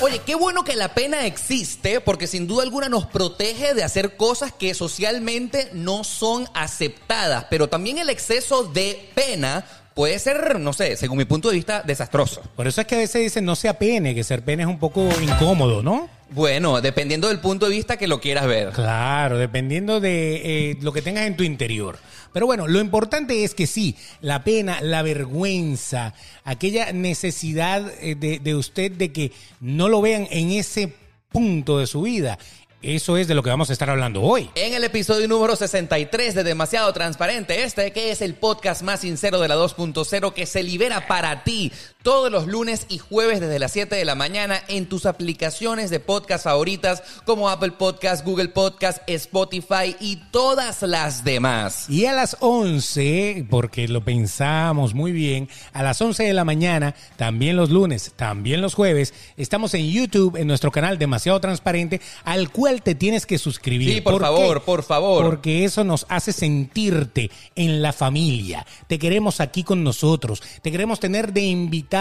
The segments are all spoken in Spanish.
Oye, qué bueno que la pena existe porque sin duda alguna nos protege de hacer cosas que socialmente no son aceptadas, pero también el exceso de pena puede ser, no sé, según mi punto de vista, desastroso. Por eso es que a veces dicen no se apene, que ser pene es un poco incómodo, ¿no? Bueno, dependiendo del punto de vista que lo quieras ver. Claro, dependiendo de eh, lo que tengas en tu interior. Pero bueno, lo importante es que sí, la pena, la vergüenza, aquella necesidad eh, de, de usted de que no lo vean en ese punto de su vida. Eso es de lo que vamos a estar hablando hoy. En el episodio número 63 de Demasiado Transparente, este que es el podcast más sincero de la 2.0 que se libera para ti todos los lunes y jueves desde las 7 de la mañana en tus aplicaciones de podcast favoritas como Apple Podcast, Google Podcast, Spotify y todas las demás. Y a las 11, porque lo pensamos muy bien, a las 11 de la mañana, también los lunes, también los jueves, estamos en YouTube, en nuestro canal Demasiado Transparente, al cual te tienes que suscribir. Sí, por, ¿Por favor, qué? por favor. Porque eso nos hace sentirte en la familia. Te queremos aquí con nosotros. Te queremos tener de invitado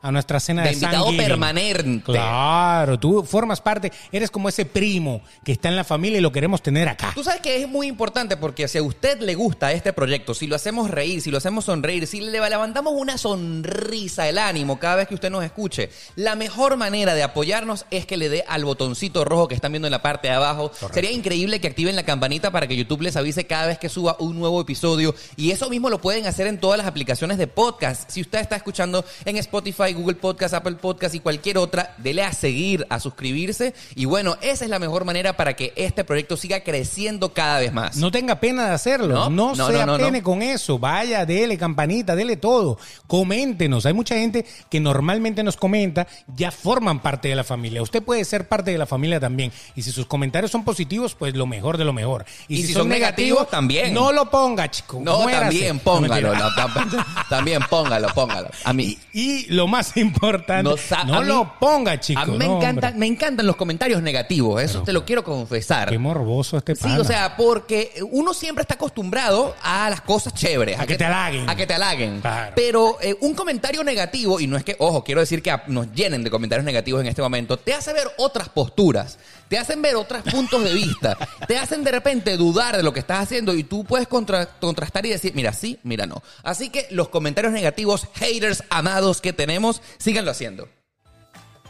a nuestra cena de, de invitado permanente. Claro, tú formas parte, eres como ese primo que está en la familia y lo queremos tener acá. Tú sabes que es muy importante porque si a usted le gusta este proyecto, si lo hacemos reír, si lo hacemos sonreír, si le levantamos una sonrisa, el ánimo cada vez que usted nos escuche, la mejor manera de apoyarnos es que le dé al botoncito rojo que están viendo en la parte de abajo. Correcto. Sería increíble que activen la campanita para que YouTube les avise cada vez que suba un nuevo episodio. Y eso mismo lo pueden hacer en todas las aplicaciones de podcast. Si usted está escuchando en Spotify, Google Podcast, Apple Podcast y cualquier otra, dele a seguir, a suscribirse. Y bueno, esa es la mejor manera para que este proyecto siga creciendo cada vez más. No tenga pena de hacerlo. No, no, no se no, apene con eso. Vaya, dele campanita, dele todo. Coméntenos. Hay mucha gente que normalmente nos comenta, ya forman parte de la familia. Usted puede ser parte de la familia también. Y si su sus comentarios son positivos, pues lo mejor de lo mejor. Y, y si, son, son negativos, negativos, también. No lo ponga, chico. No, Muérase. también póngalo. No, también póngalo, póngalo. A mí. Y, y lo más importante, no, no mí, lo ponga, chico. A mí me, no, encanta, me encantan los comentarios negativos. Eso Pero, te lo quiero confesar. Qué morboso este pana. Sí, o sea, porque uno siempre está acostumbrado a las cosas chéveres. A, a que, te halaguen. A que te halaguen. Claro. Pero eh, un comentario negativo, y no es que, ojo, quiero decir que nos llenen de comentarios negativos en este momento, te hace ver otras posturas te hacen ver otros puntos de vista, te hacen de repente dudar de lo que estás haciendo y tú puedes contra contrastar y decir, mira sí, mira no. Así que los comentarios negativos, haters amados que tenemos, síganlo haciendo.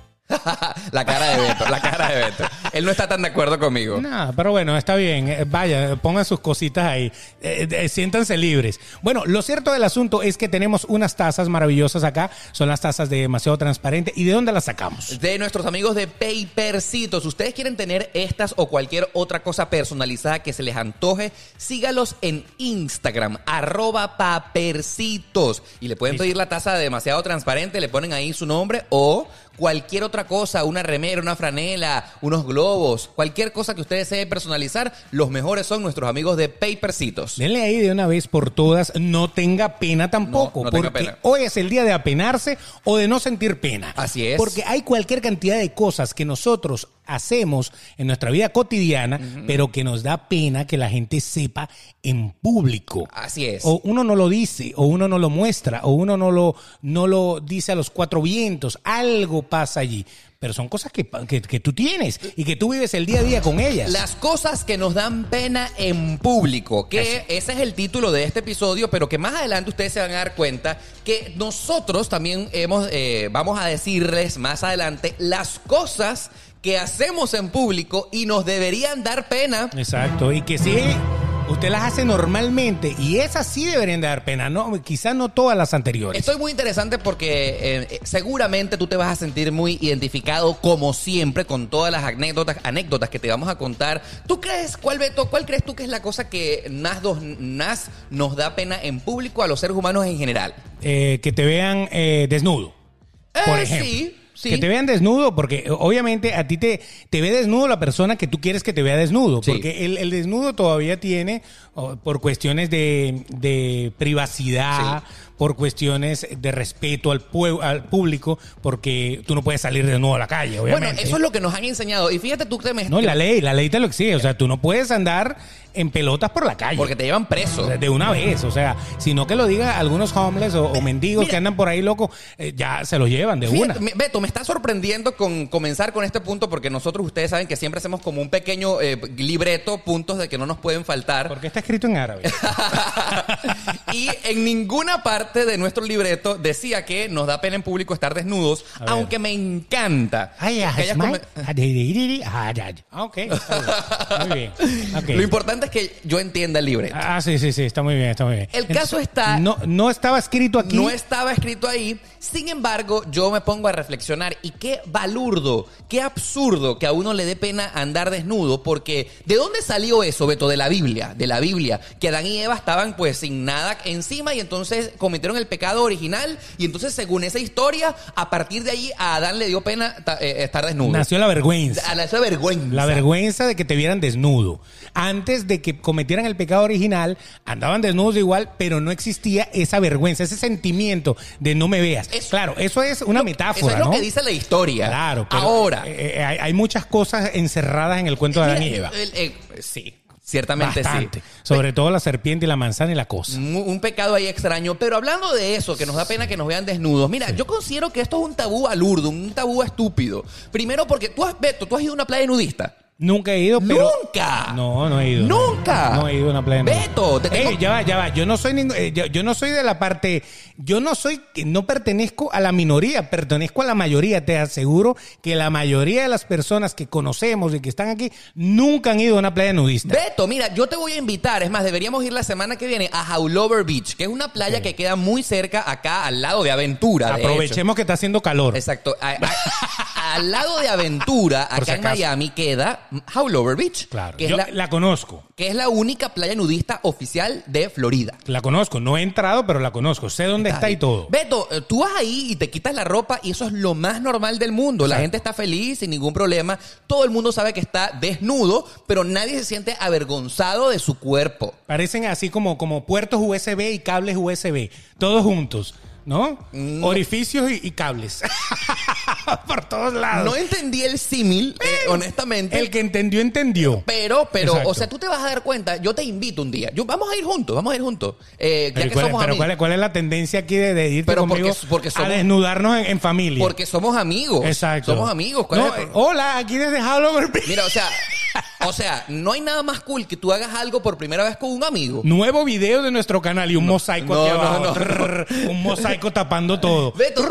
la cara de Beto, la cara de Beto. Él no está tan de acuerdo conmigo. Nah, pero bueno, está bien. Eh, Vaya, pongan sus cositas ahí. Eh, eh, siéntanse libres. Bueno, lo cierto del asunto es que tenemos unas tazas maravillosas acá. Son las tazas de demasiado transparente. ¿Y de dónde las sacamos? De nuestros amigos de Papercitos. Si ustedes quieren tener estas o cualquier otra cosa personalizada que se les antoje, sígalos en Instagram, arroba papercitos. Y le pueden pedir la taza de demasiado transparente, le ponen ahí su nombre o cualquier otra cosa, una remera, una franela, unos globos, cualquier cosa que usted desee personalizar, los mejores son nuestros amigos de Papercitos. Denle ahí de una vez por todas, no tenga pena tampoco, no, no porque pena. hoy es el día de apenarse o de no sentir pena. Así es. Porque hay cualquier cantidad de cosas que nosotros hacemos en nuestra vida cotidiana, uh -huh. pero que nos da pena que la gente sepa en público. Así es. O uno no lo dice, o uno no lo muestra, o uno no lo, no lo dice a los cuatro vientos. Algo pasa allí pero son cosas que, que, que, tú tienes y que tú vives el día a día con ellas. Las cosas que nos dan pena en público, que Eso. ese es el título de este episodio, pero que más adelante ustedes se van a dar cuenta que nosotros también hemos, eh, vamos a decirles más adelante las cosas que hacemos en público y nos deberían dar pena. Exacto, y que sí. Usted las hace normalmente y esas sí deberían dar pena, ¿no? Quizás no todas las anteriores. Esto es muy interesante porque eh, seguramente tú te vas a sentir muy identificado, como siempre, con todas las anécdotas, anécdotas que te vamos a contar. ¿Tú crees, cuál Beto, cuál crees tú que es la cosa que más, dos, más nos da pena en público a los seres humanos en general? Eh, que te vean eh, desnudo, por ejemplo. Eh, Sí. Sí. Que te vean desnudo, porque eh, obviamente a ti te, te ve desnudo la persona que tú quieres que te vea desnudo, sí. porque el, el, desnudo todavía tiene, oh, por cuestiones de, de privacidad, sí por cuestiones de respeto al, al público, porque tú no puedes salir de nuevo a la calle, obviamente. Bueno, eso es lo que nos han enseñado. Y fíjate tú que me... No, la ley, la ley te lo exige. O sea, tú no puedes andar en pelotas por la calle. Porque te llevan preso. De una vez, o sea, sino que lo diga algunos homeless o, o mendigos Eh, mira. que andan por ahí locos, eh, ya se los llevan de Fíjate, una. me- Beto, me está sorprendiendo con comenzar con este punto porque nosotros, ustedes saben que siempre hacemos como un pequeño eh, libreto, puntos de que no nos pueden faltar. Porque está escrito en árabe. y en ninguna parte de nuestro libreto decía que nos da pena en público estar desnudos, A ver. aunque me encanta. Ay, ah, que ay, hayas smile. come- Ah, ya, ya. Ah, ok. está bien. Muy bien. ok. Lo importante es que yo entienda el libreto. Ah, sí, sí, sí, está muy bien, está muy bien. El caso está- No, no estaba escrito aquí. No estaba escrito ahí. Sin embargo, yo me pongo a reflexionar y qué balurdo, qué absurdo que a uno le dé pena andar desnudo, porque ¿de dónde salió eso, Beto? De la Biblia, de la Biblia, que Adán y Eva estaban pues sin nada encima y entonces cometieron el pecado original y entonces según esa historia, a partir de ahí a Adán le dio pena ta- eh, estar desnudo. Nació la vergüenza. a la esa vergüenza. La vergüenza de que te vieran desnudo. Antes de que cometieran el pecado original, andaban desnudos igual, pero no existía esa vergüenza, ese sentimiento de no me veas. Eso- claro, eso es una Eso metáfora, es lo ¿no? que dice la historia. Claro, pero ahora. Eh, eh, eh, hay, hay muchas cosas encerradas en el cuento de Adán y Mira, Eva. el- el- sí, ciertamente Bastante. sí. Pues Sobre todo la serpiente y la manzana y la cosa. Un, un pecado ahí extraño. Pero hablando de eso, que nos da pena que nos vean desnudos. Mira, yo considero que esto es un tabú alurdo, un tabú estúpido. Primero porque tú has, Beto, tú has ido a una playa nudista. Nunca he ido, pero. ¡Nunca! No, no he ido. ¡Nunca! No he ido a una playa. nudista. Beto, te tengo- Ey, ya va, ya va. Yo no soy ningún- eh, yo, yo no soy de la parte. Yo no soy, que no pertenezco a la minoría, pertenezco a la mayoría. Te aseguro que la mayoría de las personas que conocemos y que están aquí nunca han ido a una playa nudista. Beto, mira, yo te voy a invitar, es más, deberíamos ir la semana que viene a Howlover Beach, que es una playa que queda muy cerca acá, al lado de Aventura. de hecho. Aprovechemos que está haciendo calor. Exacto. A- a- al lado de Aventura, Por si acá en acaso. Miami, queda Howlover Beach, Claro. que, Yo es la... la, conozco. que es la única playa nudista oficial de Florida. La conozco. No he entrado, pero la conozco. Sé dónde está, y todo. Beto, eh, tú vas ahí y te quitas la ropa y eso es lo más normal del mundo. La Exacto. gente está feliz sin ningún problema. Todo el mundo sabe que está desnudo, pero nadie se siente avergonzado de su cuerpo. Parecen así como, como puertos USB y cables USB, todos juntos, ¿no? Orificios y, y cables. Por todos lados. No entendí el símil, eh, honestamente. Ah. El que entendió, entendió. Pero, pero, Exacto. o sea, tú te vas a dar cuenta. Yo te invito un día. Yo, vamos a ir juntos, vamos a ir juntos. Eh, ya Pero, que ¿cuál, somos pero amigos. cuál es- cuál es la tendencia aquí de, de irte Pero porque- conmigo porque somos- a desnudarnos en, en familia? Porque somos amigos. Exacto. Somos amigos. ¿Cuál No, es el eh, pro- hola, aquí desde Halloween. Mira, o sea, o sea, no hay nada más cool que tú hagas algo por primera vez con un amigo. Nuevo video de nuestro canal y un mosaico no, aquí no, abajo. no. Trrr, un mosaico tapando todo. Beto,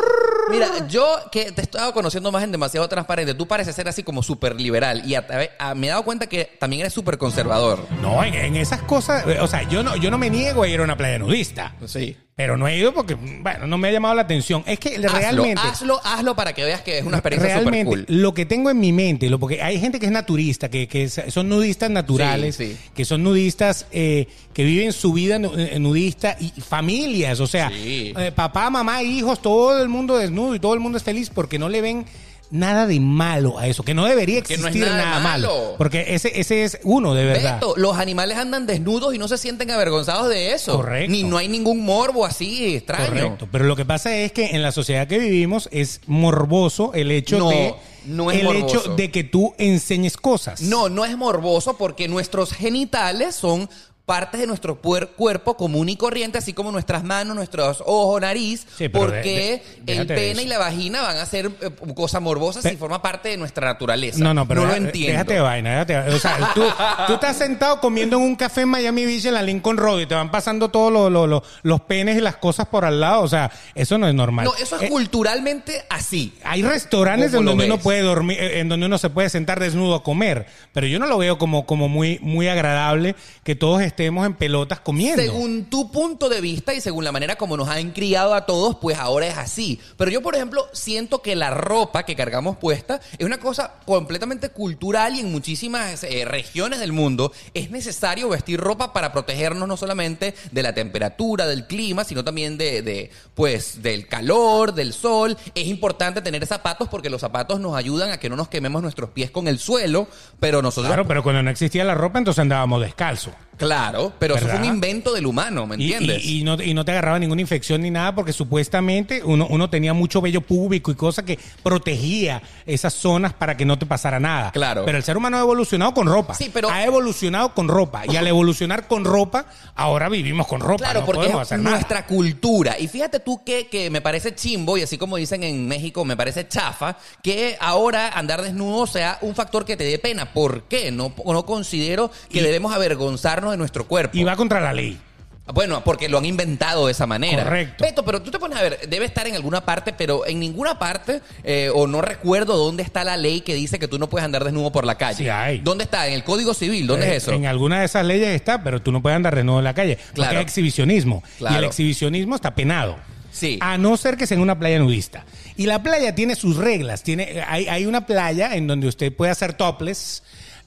mira, yo que te he estado conociendo más en demasiado transparente, tú pareces ser así como súper liberal y a- a- a- me he dado cuenta que también eres súper conservador. No, en, en esas cosas, eh, o sea, yo no, yo no me niego a ir a una playa nudista. Sí. Pero no he ido porque, bueno, no me ha llamado la atención. Es que Realmente. realmente, Hazlo, hazlo, hazlo para que veas que es una experiencia súper realmente cool. lo que tengo en mi mente, lo, porque hay gente que es naturista, que, que es- son nudistas naturales, Sí, sí. que son nudistas eh, que viven su vida nu- eh, nudista y y familias, o sea, Sí. eh, papá, mamá, hijos, todo el mundo desnudo y todo el mundo es feliz porque no le ven nada de malo a eso, que no debería Que existir no es nada, nada malo. malo. Porque ese, ese es uno, de verdad. Beto, los animales andan desnudos y no se sienten avergonzados de eso. Correcto. Ni no hay ningún morbo así extraño. Correcto, pero lo que pasa es que en la sociedad que vivimos es morboso el hecho No, de no es el morboso. hecho de que tú enseñes cosas. No, no es morboso porque nuestros genitales son partes de nuestro puer- cuerpo común y corriente, así como nuestras manos, nuestros ojos, nariz, Sí, pero porque de- de- el déjate de pene eso. y la vagina van a ser eh, cosas morbosas Pe- si forma parte de nuestra naturaleza. No, no, pero no lo deja- entiendo. déjate de vaina, déjate de vaina. O sea, tú, tú estás sentado comiendo en un café en Miami Beach en la Lincoln Road y te van pasando todos los- los- los- los penes y las cosas por al lado. O sea, eso no es normal. no, eso es Eh, culturalmente así. hay restaurantes en ¿Cómo lo donde uno ves? puede dormir, eh, en donde uno se puede sentar desnudo a comer, pero yo no lo veo como, como muy, muy agradable que todos estemos en pelotas comiendo. Según tu punto de vista y según la manera como nos han criado a todos, pues ahora es así. Pero yo, por ejemplo, siento que la ropa que cargamos puesta es una cosa completamente cultural y en muchísimas eh, regiones del mundo es necesario vestir ropa para protegernos no solamente de la temperatura, del clima, sino también de, de, pues, del calor, del sol. Es importante tener zapatos porque los zapatos nos ayudan a que no nos quememos nuestros pies con el suelo, pero nosotros... Claro, pero cuando no existía la ropa, entonces andábamos descalzo. Claro, pero eso fue un ¿Verdad? invento del humano, ¿me Y, entiendes? y- y no, y no te agarraba ninguna infección ni nada porque supuestamente uno, uno tenía mucho vello público y cosas que protegía esas zonas para que no te pasara nada. Claro. Pero el ser humano ha evolucionado con ropa. Sí, pero- Ha evolucionado con ropa. Y al evolucionar con ropa, ahora vivimos con ropa. Claro, no porque podemos es hacer nada. nuestra cultura. Y fíjate tú que, que me parece chimbo, y así como dicen en México, me parece chafa, que ahora andar desnudo sea un factor que te dé pena. ¿Por qué? No, no considero que Y- debemos avergonzarnos de nuestro cuerpo. Y va contra la ley. Bueno, porque lo han inventado de esa manera. Correcto. Beto, pero tú te pones a ver, debe estar en alguna parte, pero en ninguna parte, eh, o no recuerdo dónde está la ley que dice que tú no puedes andar desnudo por la calle. Sí, hay. ¿Dónde está? ¿En el Código Civil? ¿Dónde Eh, es eso? En alguna de esas leyes está, pero tú no puedes andar desnudo en la calle. Claro. Porque hay exhibicionismo. Claro. Y el exhibicionismo está penado. Sí. A no ser que sea en una playa nudista. Y la playa tiene sus reglas. Tiene, hay, hay una playa en donde usted puede hacer topless.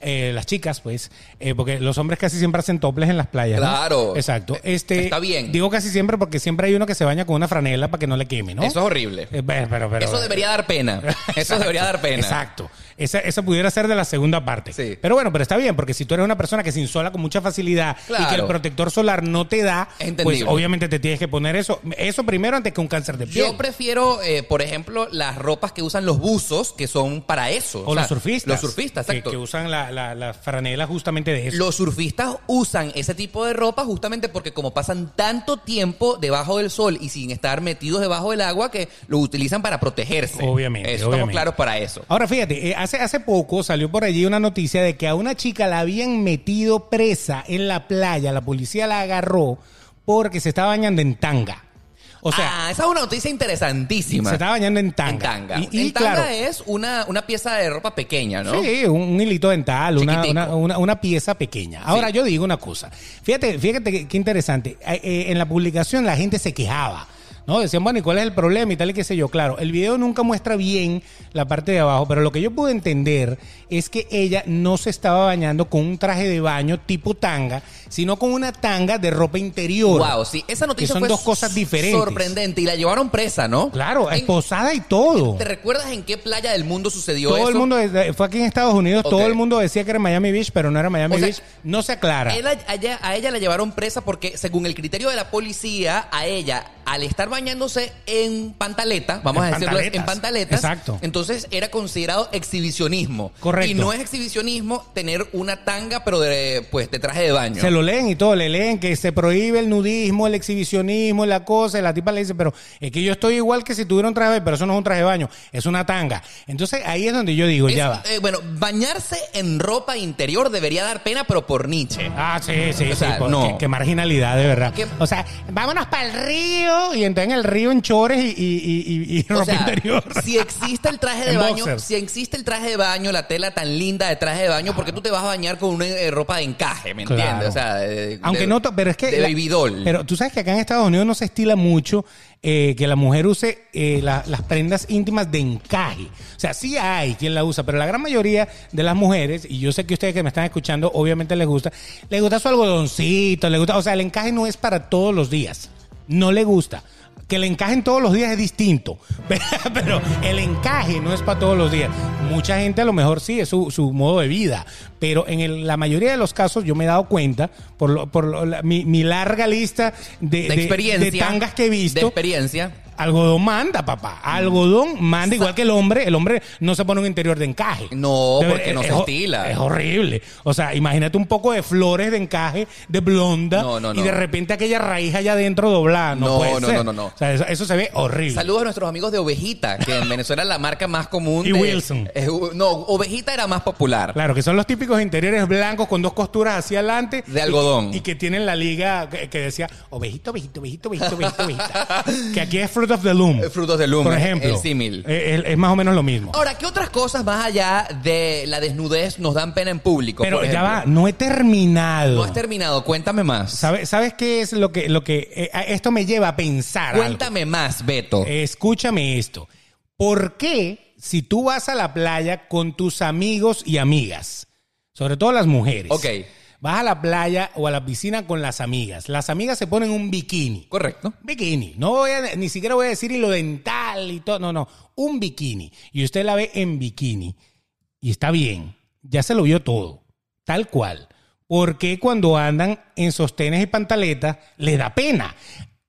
eh, las chicas, pues, eh, porque los hombres casi siempre hacen topless en las playas. ¿no? Claro. Eh, Exacto. Este, Está bien. Digo casi siempre porque siempre hay uno que se baña con una franela para que no le queme, ¿no? Eso es horrible. Eh, pero- pero- pero- Eso debería dar pena. Eso debería dar pena. Exacto. Esa, esa pudiera ser de la segunda parte. Sí. Pero bueno, pero está bien, porque si tú eres una persona que se insola con mucha facilidad y que Claro. el protector solar no te da, Es entendible. pues obviamente te tienes que poner eso. Eso primero antes que un cáncer de piel. Yo prefiero, eh, por ejemplo, las ropas que usan los buzos, que son para eso. o sea, los surfistas. Los surfistas, que- exacto. Que, usan la, la, la franela justamente de eso. Los surfistas usan ese tipo de ropa justamente porque como pasan tanto tiempo debajo del sol y sin estar metidos debajo del agua que lo utilizan para protegerse. Obviamente, Eso, Estamos obviamente. claros para eso. Ahora fíjate, eh, hace, hace poco salió por allí una noticia de que a una chica la habían metido presa en la playa. La policía la agarró porque se estaba bañando en tanga. O sea, ah, esa es una noticia interesantísima. Se estaba bañando en tanga. En tanga. Y, y En tanga claro, es una, una pieza de ropa pequeña, ¿no? Sí, un, un hilito dental, una, Chiquitico. una, una- una pieza pequeña. Ahora yo digo una cosa. Fíjate, fíjate qué, qué interesante. Eh, eh, en la publicación la gente se quejaba. ¿No? Decían, bueno, ¿y cuál es el problema? Y tal y qué sé yo. Claro, el video nunca muestra bien la parte de abajo, pero lo que yo pude entender es que ella no se estaba bañando con un traje de baño tipo tanga, sino con una tanga de ropa interior. Wow, sí. Esa noticia Que son fue dos cosas diferentes. sorprendente y la llevaron presa, ¿no? Claro, En- esposada y todo. ¿Te recuerdas en qué playa del mundo sucedió Todo eso? el mundo desde- fue aquí en Estados Unidos, Ok. todo el mundo decía que era Miami Beach, pero no era Miami O sea, Beach. No se aclara. Él a, a ella, a ella la llevaron presa porque, según el criterio de la policía, a ella, al estar bañándose en pantaleta, vamos En a decirlo pantaletas. en pantaletas, Exacto. entonces era considerado exhibicionismo. Correcto. Y no es exhibicionismo tener una tanga, pero de, pues, de traje de baño. Se lo leen y todo, le leen que se prohíbe el nudismo, el exhibicionismo, la cosa, y la tipa le dice, pero es que yo estoy igual que si tuviera un traje, de baño", pero eso no es un traje de baño, es una tanga. Entonces ahí es donde yo digo, Es- ya va. eh, bueno, bañarse en ropa interior debería dar pena, pero por Nietzsche. Ah, sí, sí, O sí. sea, pues, no. qué, qué marginalidad, de verdad. Qué- O sea, vámonos para el río y entonces en el río en chores y, y, y- y- y ropa O sea, interior. si existe el traje de En baño, boxers. si existe el traje de baño, la tela tan linda de traje de baño, ¿por qué tú te vas a bañar con una eh, ropa de encaje, me Claro. entiendes? O sea, de- Aunque de- no, to- pero es que. de la- baby doll. Pero tú sabes que acá en Estados Unidos no se estila mucho eh, que la mujer use eh, la- las prendas íntimas de encaje. O sea, sí hay quien la usa, pero la gran mayoría de las mujeres, y yo sé que ustedes que me están escuchando, obviamente les gusta, les gusta su algodoncito, les gusta. O sea, el encaje no es para todos los días. No le gusta. Que le encajen todos los días es distinto, pero el encaje no es para todos los días. Mucha gente a lo mejor sí, es su, su modo de vida, pero en el- la mayoría de los casos yo me he dado cuenta, por, lo- por lo- la- mi, mi larga lista de, de, de- experiencia. de tangas que he De visto, experiencia. algodón manda, papá. Algodón manda, igual que el hombre. El hombre no se pone un interior de encaje. No, Oh, Debe- porque no es se ho- estila. Es horrible. O sea, imagínate un poco de flores de encaje, de blonda, No, no, y no. de repente aquella raíz allá adentro doblada. No, No, puede no, ser. no, no, no. O sea, eso, eso se ve horrible. Saludos a nuestros amigos de Ovejita, que en Venezuela es la marca más común. Y de- Wilson. es- no, Ovejita era más popular. Claro, que son los típicos interiores blancos con dos costuras hacia adelante. De algodón. Y, y que tienen la liga que, que decía "Oh, ovejito, ovejito, ovejito, ovejito, ovejito, ovejita. que aquí es Fruit of the Loom. Eh, Fruit of the Loom, Por eh, ejemplo. el símil. Eh, Es, es más o menos lo mismo. Ahora, ¿qué otras cosas más allá de la desnudez nos dan pena en público? Pero por ya ejemplo? va, no he terminado. No has terminado, cuéntame más. ¿Sabes, ¿Sabes qué es lo que, lo que eh, a- esto me lleva a pensar? algo. Eh, Cuéntame más, Beto. Escúchame esto. ¿Por qué si tú vas a la playa con tus amigos y amigas, sobre todo las mujeres, Ok. vas a la playa o a la piscina con las amigas, las amigas se ponen un bikini? Correcto. Bikini. No voy a- ni siquiera voy a decir hilo dental y todo. No, no. Un bikini. Y usted la ve en bikini. Y está bien. Ya se lo vio todo. Tal cual. por qué cuando andan en sostenes y pantaletas les da pena.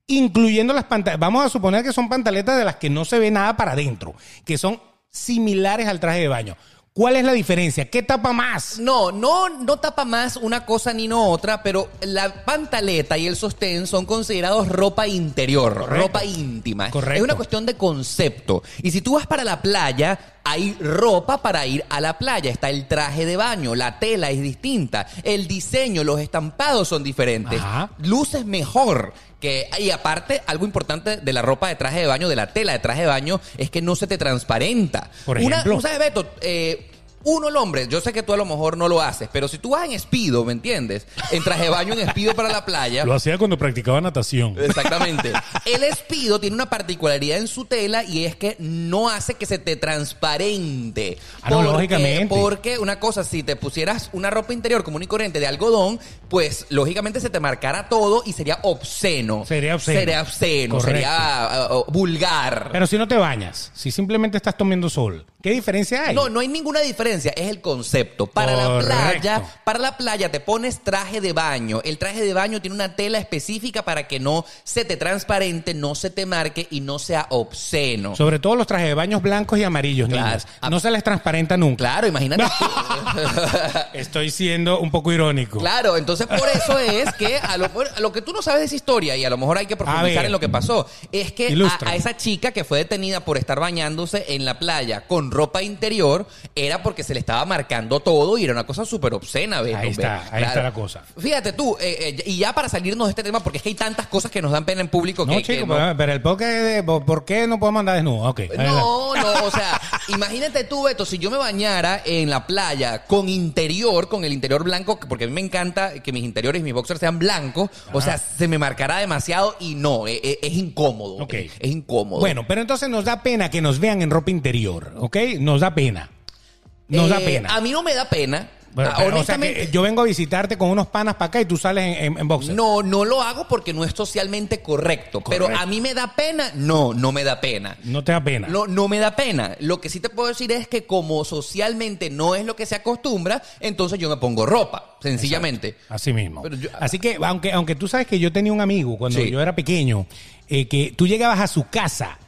Incluyendo las pantaletas. Vamos a suponer que son pantaletas de las que no se ve nada para adentro, que son similares al traje de baño. ¿Cuál es la diferencia? ¿Qué tapa más? No, no, no tapa más una cosa ni no otra, pero la pantaleta y el sostén son considerados ropa interior, Correcto. ropa íntima. Correcto. Es una cuestión de concepto. Y si tú vas para la playa, hay ropa para ir a la playa. Está el traje de baño, la tela es distinta, el diseño, los estampados son diferentes. Ajá. Luces mejor. Que, y aparte, algo importante de la ropa de traje de baño, de la tela de traje de baño, es que no se te transparenta. Por Una- ejemplo. ¿tú sabes, Beto? Eh, uno, el hombre, yo sé que tú a lo mejor no lo haces, pero si tú vas en espido, ¿me entiendes? En traje de baño, en espido para la playa. Lo hacía cuando practicaba natación. Exactamente. El espido tiene una particularidad en su tela y es que no hace que se te transparente. Ah, no, lógicamente. Porque una cosa, si te pusieras una ropa interior común y corriente de algodón, pues lógicamente se te marcará todo y sería obsceno. Sería obsceno. Sería obsceno, Correcto. sería ah, ah, vulgar. Pero si no te bañas, si simplemente estás tomando sol, ¿qué diferencia hay? No, no hay ninguna diferencia, es el concepto. Para Correcto. la playa, para la playa te pones traje de baño. El traje de baño tiene una tela específica para que no se te transparente, no se te marque y no sea obsceno. Sobre todo los trajes de baños blancos y amarillos, Claro. Ah. niñas. No se les transparenta nunca. claro, imagínate. tú. Estoy siendo un poco irónico. claro, entonces por eso es que a lo, a lo que tú no sabes de esa historia y a lo mejor hay que A profundizar ver. en lo que pasó, es que Ilustra. a, a esa chica que fue detenida por estar bañándose en la playa con ropa interior era porque se le estaba marcando todo y era una cosa súper obscena. Beto, Ahí está, Beto. ahí está Claro. la cosa. Fíjate tú, eh, eh, y ya para salirnos de este tema, porque es que hay tantas cosas que nos dan pena en público No, que, que chico, no- Pues pero- pero el podcast es de ¿por por qué no podemos andar desnudo? Ok, adelante. no, no, o sea, imagínate tú, Beto, si yo me bañara en la playa con interior, con el interior blanco, porque a mí me encanta que mis interiores y mis boxers sean blancos, o sea, se me marcará demasiado y no, eh, eh, es, incómodo. Ok. Es, es incómodo. Bueno, pero entonces nos da pena que nos vean en ropa interior, ¿ok? Nos da pena. Nos da Eh, pena. A mí no me da pena. Bueno, Ah, pero, o sea, honestamente. que yo vengo a visitarte con unos panas para acá y tú sales en, en, en boxer. No, no lo hago porque no es socialmente correcto. Pero Correcto. a mí me da pena. No, no me da pena. No te da pena. No, no me da pena. Lo que sí te puedo decir es que como socialmente no es lo que se acostumbra, entonces yo me pongo ropa, sencillamente. Así mismo. Pero yo- Así que, aunque, aunque tú sabes que yo tenía un amigo cuando Sí. yo era pequeño, eh, que tú llegabas a su casa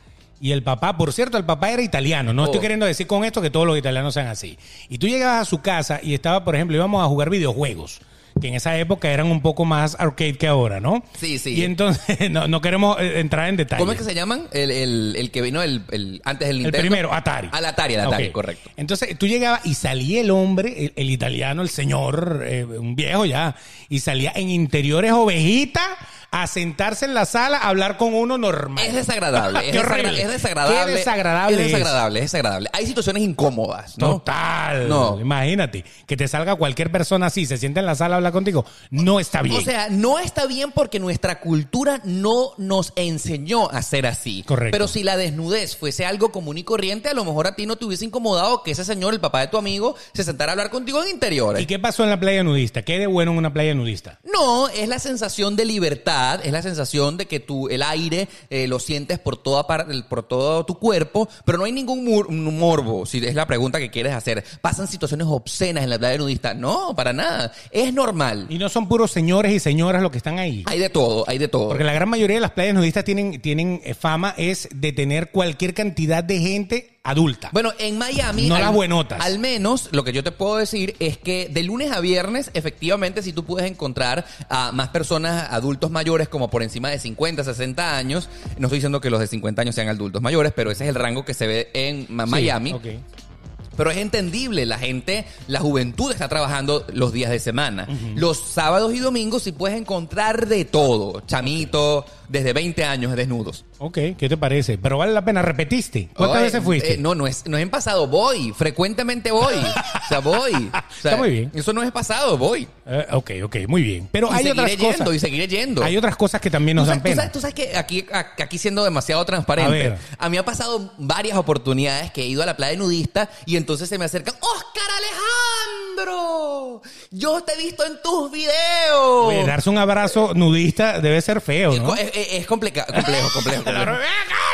y el papá, por cierto, el papá era italiano. No estoy Oh. queriendo decir con esto que todos los italianos sean así. Y tú llegabas a su casa y estaba, por ejemplo, íbamos a jugar videojuegos. Que en esa época eran un poco más arcade que ahora, ¿no? Sí, sí. Y entonces, no, no queremos eh, entrar en detalle. ¿Cómo es que se llaman? El, el- el que vino el, el- antes del El Nintendo. primero, Atari. Al Atari, al Atari, Ok. correcto. Entonces tú llegabas y salía el hombre, el, el italiano, el señor, eh, un viejo ya, y salía en interiores ovejita a sentarse en la sala a hablar con uno normal. Es desagradable, es, Qué horrible. desagradable, es desagradable. Qué desagradable Es es. desagradable, es desagradable. Hay situaciones incómodas, ¿no? Total. No. Imagínate, que te salga cualquier persona así, se sienta en la sala a hablar contigo. No está bien. O sea, no está bien porque nuestra cultura no nos enseñó a ser así. Correcto. Pero si la desnudez fuese algo común y corriente, a lo mejor a ti no te hubiese incomodado que ese señor, el papá de tu amigo, se sentara a hablar contigo en interiores. ¿Y qué pasó en la playa nudista? ¿Qué hay de bueno en una playa nudista? No, es la sensación de libertad, es la sensación de que tú, el aire eh, lo sientes por, toda par- por todo tu cuerpo, pero no hay ningún mur- morbo, si es la pregunta que quieres hacer. ¿Pasan situaciones obscenas en la playa nudista? No, para nada. Es normal. Y no son puros señores y señoras los que están ahí. Hay de todo, hay de todo. Porque la gran mayoría de las playas nudistas tienen, tienen eh, fama es de tener cualquier cantidad de gente adulta. Bueno, en Miami. No las buenotas. Al menos lo que yo te puedo decir es que de lunes a viernes, efectivamente, si tú puedes encontrar a más personas, adultos mayores, como por encima de 50, 60 años. No estoy diciendo que los de 50 años sean adultos mayores, pero ese es el rango que se ve en Ma- Sí, Miami. ok. Pero es entendible, la gente, la juventud está trabajando los días de semana. Los sábados y domingos sí puedes encontrar de todo. Chamito, desde 20 años desnudos. Ok, ¿qué te parece? Pero vale la pena, repetiste. ¿Cuántas Oye, veces fuiste? eh, no, no es, no es en pasado, voy. Frecuentemente voy. O sea, voy. O sea, Está muy bien. Eso no es pasado, voy. Eh, ok, ok, muy bien. Pero Y hay seguiré otras cosas. yendo, y seguiré yendo. Hay otras cosas que también ¿Tú nos sabes, dan tú pena. sabes- tú sabes que aquí, a- que aquí siendo demasiado A transparente, ver. a, mí ha pasado varias oportunidades que he ido a la playa nudista y entonces se me acercan, ¡Oscar Alejandro! Yo te he visto en tus videos. Oye, darse un abrazo nudista debe ser feo, Es co- ¿no? Es, es- es complica- complejo, complejo. complejo.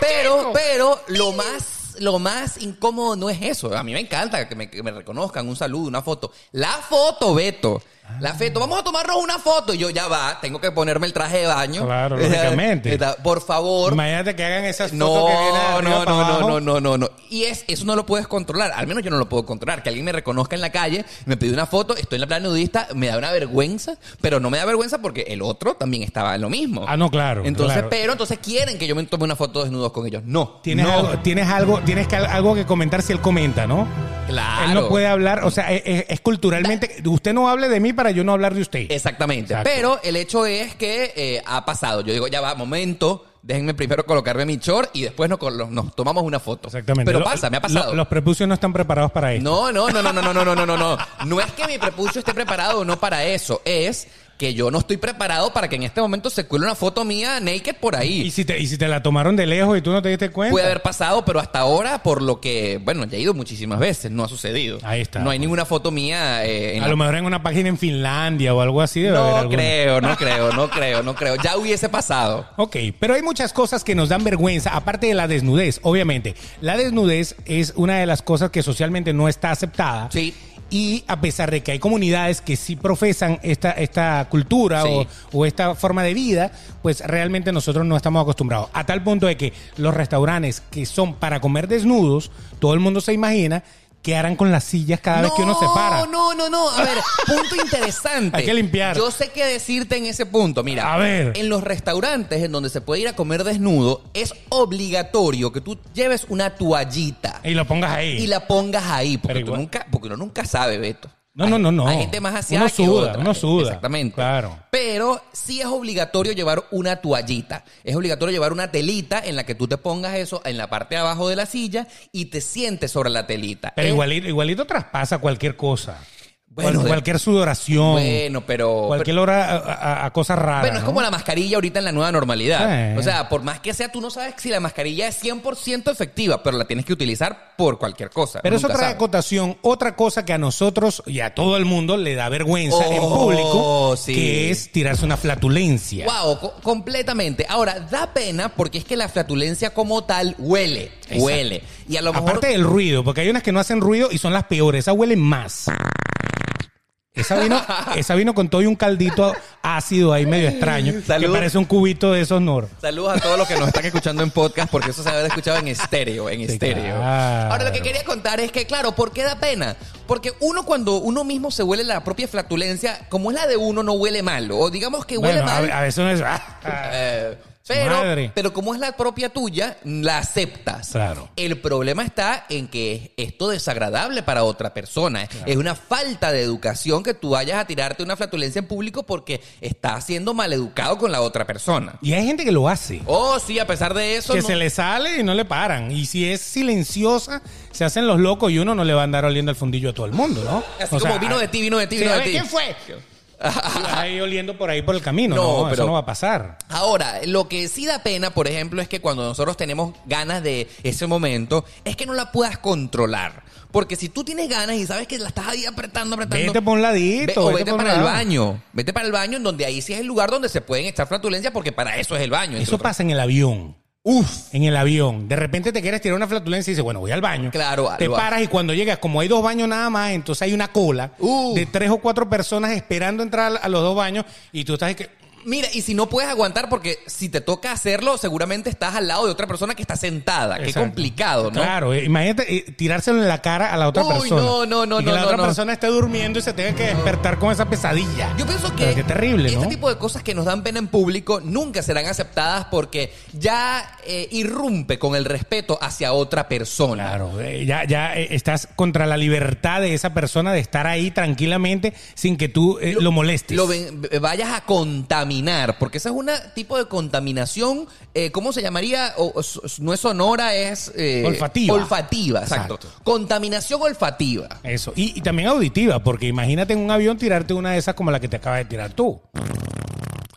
pero, pero lo más. Lo más incómodo no es eso. A mí me encanta que me, que me reconozcan un saludo, una foto. La foto, Beto. Ah. La feto, vamos a tomarnos una foto. Y yo, ya va, tengo que ponerme el traje de baño. Claro, lógicamente. Por favor. Imagínate que hagan esas No, fotos que vienen de no, arriba no, para no, abajo. no, no, no, no. Y es, eso no lo puedes controlar. Al menos yo no lo puedo controlar. Que alguien me reconozca en la calle, me pide una foto, estoy en la playa nudista, me da una vergüenza, pero no me da vergüenza porque el otro también estaba en lo mismo. Ah, no, claro, Entonces, claro. pero entonces quieren que yo me tome una foto desnudos con ellos. No. Tienes, algo, tienes algo, tienes que, algo que comentar si él comenta, ¿no? Claro. Él no puede hablar, o sea, es, es- es culturalmente. Usted no hable de mí para yo no hablar de usted. Exactamente. Exacto. Pero el hecho es que eh, ha pasado. Yo digo, ya va, momento. Déjenme primero colocarme mi short y después nos, colo- nos tomamos una foto. Exactamente. Pero Lo- pasa, me ha lo- pasado. los prepucios no están preparados para esto. No, no, no, no, no, no, no, no, no, no, no. No es que mi prepucio esté preparado o no para eso. Es que yo no estoy preparado para que en este momento se cuele una foto mía naked por ¿Y, ahí. si te, y si te la tomaron de lejos y tú no te diste cuenta. Puede haber pasado, pero hasta ahora, por lo que, bueno, ya he ido muchísimas veces, no ha sucedido. Ahí está. No hay ninguna foto mía eh, en A la lo mejor en una página en Finlandia o algo así. debe haber No alguna. creo, no creo, no creo, no creo. Ya hubiese pasado. Ok, pero hay muchas cosas que nos dan vergüenza, aparte de la desnudez, obviamente. La desnudez es una de las cosas que socialmente no está aceptada. Sí. Y a pesar de que hay comunidades que sí profesan esta, esta cultura Sí. o, o esta forma de vida, pues realmente nosotros no estamos acostumbrados. A tal punto de que los restaurantes que son para comer desnudos, todo el mundo se imagina que harán con las sillas cada vez que uno se para. No, no, no. A ver, punto interesante. Hay que limpiar. Yo sé qué decirte en ese punto. Mira, A ver. En los restaurantes en donde se puede ir a comer desnudo, es obligatorio que tú lleves una toallita Y lo pongas ahí. y la pongas ahí. Porque, Pero tú igual- nunca, porque uno nunca sabe, Beto. No, Hay- no, no, no. Hay gente más hacia Uno suda, que otra. uno suda. Exactamente. Claro. Pero sí es obligatorio llevar una toallita. Es obligatorio llevar una telita en la que tú te pongas eso en la parte de abajo de la silla y te sientes sobre la telita. Pero Es- igualito, igualito traspasa cualquier cosa. eh. Bueno, Cual- de- cualquier sudoración. Bueno, pero. cualquier olor a, a- a cosas raras. Bueno, es ¿no? como la mascarilla ahorita en la nueva normalidad. Eh. O sea, por más que sea, tú no sabes si la mascarilla es 100% efectiva, pero la tienes que utilizar por cualquier cosa. Pero eso Nunca trae sabes. acotación, otra cosa que a nosotros y a todo el mundo le da vergüenza en Oh, público, sí. que es tirarse una flatulencia. Wow, co- completamente. Ahora, da pena porque es que la flatulencia como tal huele. Exacto. Huele. Y a lo mejor. Aparte del ruido, porque hay unas que no hacen ruido y son las peores, esas huelen más. Esa vino, esa vino con todo y un caldito ácido ahí medio extraño, que Salud. parece un cubito de esos nor. Saludos a todos los que nos están escuchando en podcast, porque eso se haber escuchado en estéreo, en Sí, estéreo. claro. Ahora lo que quería contar es que, claro, ¿por qué da pena? Porque uno cuando uno mismo se huele la propia flatulencia, como es la de uno, no huele mal. O digamos que huele Bueno, a, mal. a veces uno "Ah". es... Eh, pero, Madre. pero como es la propia tuya, la aceptas. Claro. El problema está en que es esto desagradable para otra persona. Es una falta de educación que tú vayas a tirarte una flatulencia en público porque estás siendo maleducado con la otra persona. Y hay gente que lo hace. Oh, sí, a pesar de eso. que no- se le sale y no le paran. Y si es silenciosa, se hacen los locos y uno no le va a andar oliendo el fundillo a todo el mundo, ¿no? Así O como sea, vino de ti, vino de ti, sí, vino a de ver, ti. ¿quién fue? Y vas Ahí oliendo por ahí por el camino, No, no, pero- eso no va a pasar. Ahora, lo que sí da pena, por ejemplo, es que cuando nosotros tenemos ganas de ese momento, es que no la puedas controlar. Porque si tú tienes ganas y sabes que la estás ahí apretando, apretando. Vete por un Ve- ladito. o vete por un para el lado. baño. Vete para el baño, en donde ahí sí es el lugar donde se pueden echar flatulencias, porque para eso es el baño. entre Eso otras- pasa en el avión. Uf. En el avión. De repente te quieres tirar una flatulencia y dices, bueno, voy al baño. Claro, Te lo- paras y cuando llegas, como hay dos baños nada más, entonces hay una cola Uh. de tres o cuatro personas esperando entrar a los dos baños y tú estás ahí que. Mira, y si no puedes aguantar, porque si te toca hacerlo, seguramente estás al lado de otra persona que está sentada. Qué Exacto. complicado, ¿no? Claro, eh, imagínate eh, tirárselo en la cara a la otra Uy, persona. no, no, no, y que no, la no, otra no. persona esté durmiendo y se tenga que despertar con esa pesadilla. Yo pienso que Pero qué terrible, este ¿no? tipo de cosas que nos dan pena en público nunca serán aceptadas porque ya eh, irrumpe con el respeto hacia otra persona. Claro, eh, ya, ya eh, estás contra la libertad de esa persona de estar ahí tranquilamente sin que tú eh, lo, molestes. Lo ven- eh, vayas a contaminar, porque ese es un tipo de contaminación, eh, ¿cómo se llamaría? O- o s- no es sonora, es... eh, Olfativa. Olfativa, exacto. Exacto. Contaminación olfativa. Eso. Y, y también auditiva, porque imagínate en un avión tirarte una de esas como la que te acabas de tirar tú.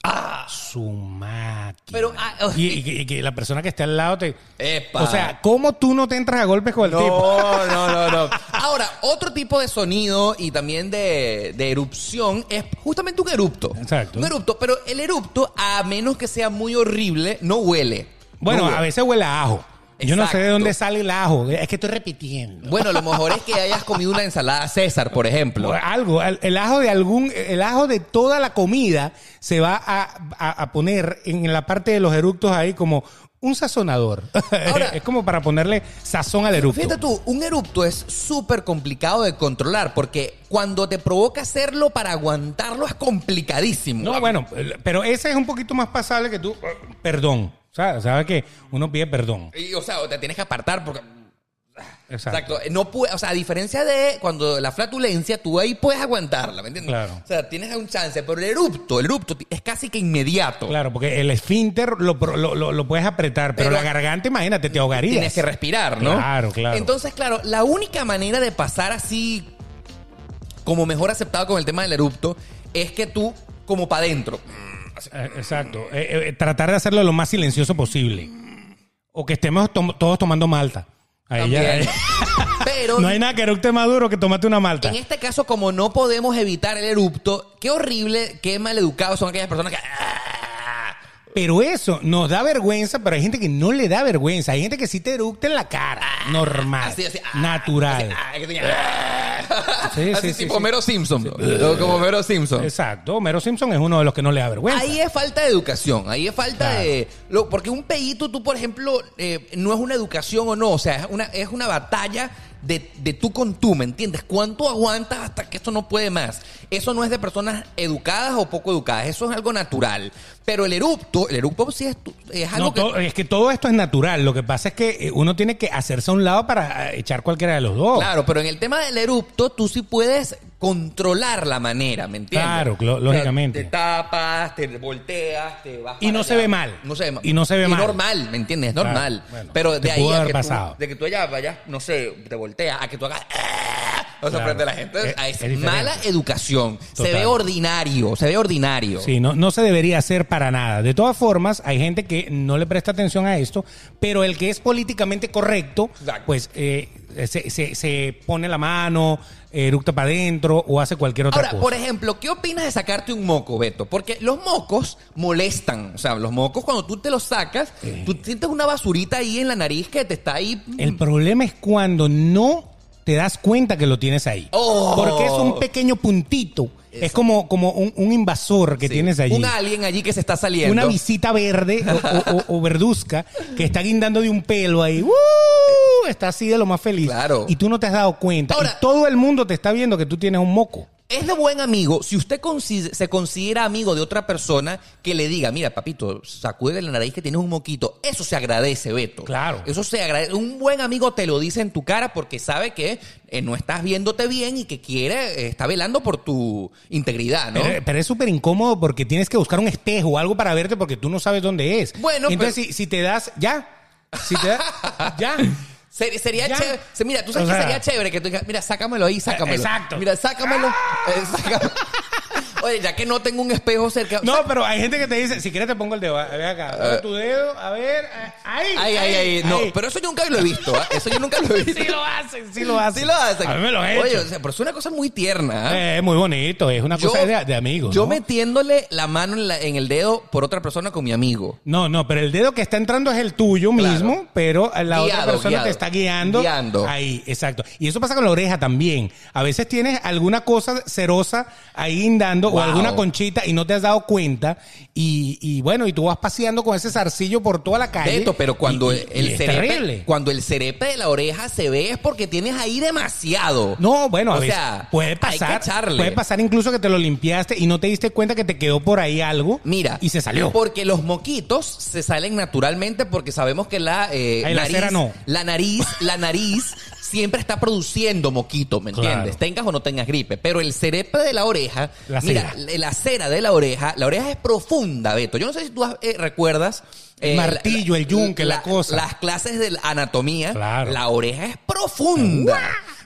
Ah, su máquina. Pero, ah, y, y que- y que la persona que esté al lado te. Epa. O sea, ¿cómo tú no te entras a golpes con el tipo? No, no, no, no. Ahora, otro tipo de sonido y también de, de erupción es justamente un erupto. Exacto. Un erupto, pero el erupto, a menos que sea muy horrible, no huele. Bueno, No huele. a veces huele a ajo. Yo no sé de dónde sale el ajo. Es que estoy repitiendo. Bueno, lo mejor es que hayas comido una ensalada César, por ejemplo. Algo, el ajo de algún, el ajo de toda la comida se va a, a, a poner en la parte de los eructos ahí como un sazonador. Ahora- es como para ponerle sazón al eructo. Fíjate tú, un erupto es súper complicado de controlar porque cuando te provoca hacerlo para aguantarlo es complicadísimo. No, bueno, pero ese es un poquito más pasable que tú. eh, Perdón. O sea, ¿Sabes que Uno pide perdón. Y, o sea, o te tienes que apartar porque. Exacto. Exacto. No puede, o sea, a diferencia de cuando la flatulencia, tú ahí puedes aguantarla, ¿me entiendes? Claro. O sea, tienes un chance, pero el erupto, el erupto es casi que inmediato. Claro, porque el esfínter lo, pro- lo, lo- lo puedes apretar, pero, Pero- la garganta, imagínate, te ahogarías. Tienes que respirar, ¿no? Claro, claro. Entonces, claro, la única manera de pasar así, como mejor aceptado con el tema del erupto, es que tú, como para adentro. Eh, Exacto. Eh, eh, tratar de hacerlo lo más silencioso posible. O que estemos tom- todos tomando malta. Ahí ya- También. Pero No hay nada que eructe más duro que tomarte una malta. en este caso, como no podemos evitar el erupto, qué horrible, qué maleducados son aquellas personas que. Pero eso nos da vergüenza, pero hay gente que no le da vergüenza. Hay gente que sí te eructa en la cara. Normal. Ah, Así, así, ah, natural. Ay, que tenía- Sí, Así sí, sí, tipo sí. Homero Simpson. O Como Homero Simpson. Exacto. Homero Simpson es uno de los que no le da vergüenza. Ahí es falta de educación, ahí es falta Claro. de... lo- porque un peito, tú, por ejemplo, eh, no es una educación o no, o sea, es una, es una batalla de, de tú con tú, ¿me entiendes? ¿Cuánto aguantas hasta que esto no puede más? Eso no es de personas educadas o poco educadas, eso es algo natural. Pero el erupto, el erupto sí es, tu- es algo No, que... to- es que todo esto es natural. Lo que pasa es que eh, uno tiene que hacerse a un lado para eh, echar cualquiera de los dos. Claro, pero en el tema del erupto, tú sí puedes controlar la manera, ¿me entiendes? Claro, clo- O sea, lógicamente. Te tapas, te volteas, te vas. Y no para se ve mal. No se ve mal. Y no se ve mal. Es normal, ¿me entiendes? Es Claro, normal. bueno, pero te de ahí pudo a haber que pasado. Tú, de que tú allá vayas, no sé, te volteas, a que tú hagas. ¡ah! O sea, Claro. frente a la gente. Es- Es, es diferente. mala educación. Se Total. ve ordinario, se ve ordinario. Sí, no, no se debería hacer para nada. De todas formas, hay gente que no le presta atención a esto, pero el que es políticamente correcto, Exacto. pues eh, se, se- se pone la mano, eructa para adentro o hace cualquier otra Ahora, cosa. por ejemplo, ¿qué opinas de sacarte un moco, Beto? Porque los mocos molestan. O sea, los mocos cuando tú te los sacas, tú sientes una basurita ahí en la nariz que te está ahí. El problema es cuando no te das cuenta que lo tienes ahí. Oh. Porque es un pequeño puntito. Es Eso. como, como un, un invasor que Sí, tienes allí. Un alien allí que se está saliendo. Una visita verde o, o- o- o verduzca que está guindando de un pelo ahí. ¡Uh! Está así de lo más feliz. Claro. Y tú no te has dado cuenta. Ahora- y todo el mundo te está viendo que tú tienes un moco. Es de buen amigo. Si usted consi- se considera amigo de otra persona, que le diga, mira, papito, sacude la nariz que tienes un moquito. Eso se agradece, Beto. Claro. Eso se agradece. Un buen amigo te lo dice en tu cara porque sabe que eh, no estás viéndote bien y que quiere, eh, está velando por tu integridad, ¿no? Pero, pero es súper incómodo porque tienes que buscar un espejo o algo para verte porque tú no sabes dónde es. Bueno, Entonces, pero- si, si te das. Ya. Si te das. ya. Ser- sería Ya. chévere. se- Mira, tú sabes O que sea- eh, sería chévere que tú digas, mira, sácamelo ahí, sácamelo. Exacto. ¡Ah! Mira, sácamelo. eh, sácamelo. Oye, ya que no tengo un espejo cerca. No, pero hay gente que te dice, si quieres te pongo el dedo, a ver acá, Eh. pon tu dedo, a ver, eh, ahí, Ay, ay, ay. No, pero eso yo nunca lo he visto. ¿ah? Eso yo nunca lo he visto. sí lo hacen, sí lo hacen. Así lo hacen. A mí me lo he Oye, hecho. o sea, pero es una cosa muy tierna. ¿ah? Eh, es muy bonito, es una cosa de, de amigos. Yo ¿no? metiéndole la mano en, la- en el dedo por otra persona con mi amigo. No, no, pero el dedo que está entrando es el tuyo Claro. mismo, pero la otra Guiado, persona guiado. te está guiando. Guiando. Ahí, exacto. Y eso pasa con la oreja también. A veces tienes alguna cosa cerosa ahí guindando Wow. o alguna conchita y no te has dado cuenta. Y, y bueno, y tú vas paseando con ese zarcillo por toda la calle. Beto, pero cuando y- y- el y es cerepe, terrible. cuando el cerepe de la oreja se ve es porque tienes ahí demasiado. No, bueno, a o veces sea, puede pasar. Hay que echarle. Puede pasar incluso que te lo limpiaste y no te diste cuenta que te quedó por ahí algo. Mira, Y se salió. Porque los moquitos se salen naturalmente porque sabemos que la eh, Ay, la nariz, cera no. la nariz, la nariz siempre está produciendo moquito, ¿me Claro. entiendes? Tengas o no tengas gripe, pero el cerepe de la oreja, La mira, eh, cera. la cera de la oreja, la oreja es profunda, Beto. Yo no sé si tú eh, recuerdas eh, El martillo, el yunque, la cosa. Las clases de la anatomía, Claro. la oreja es profunda.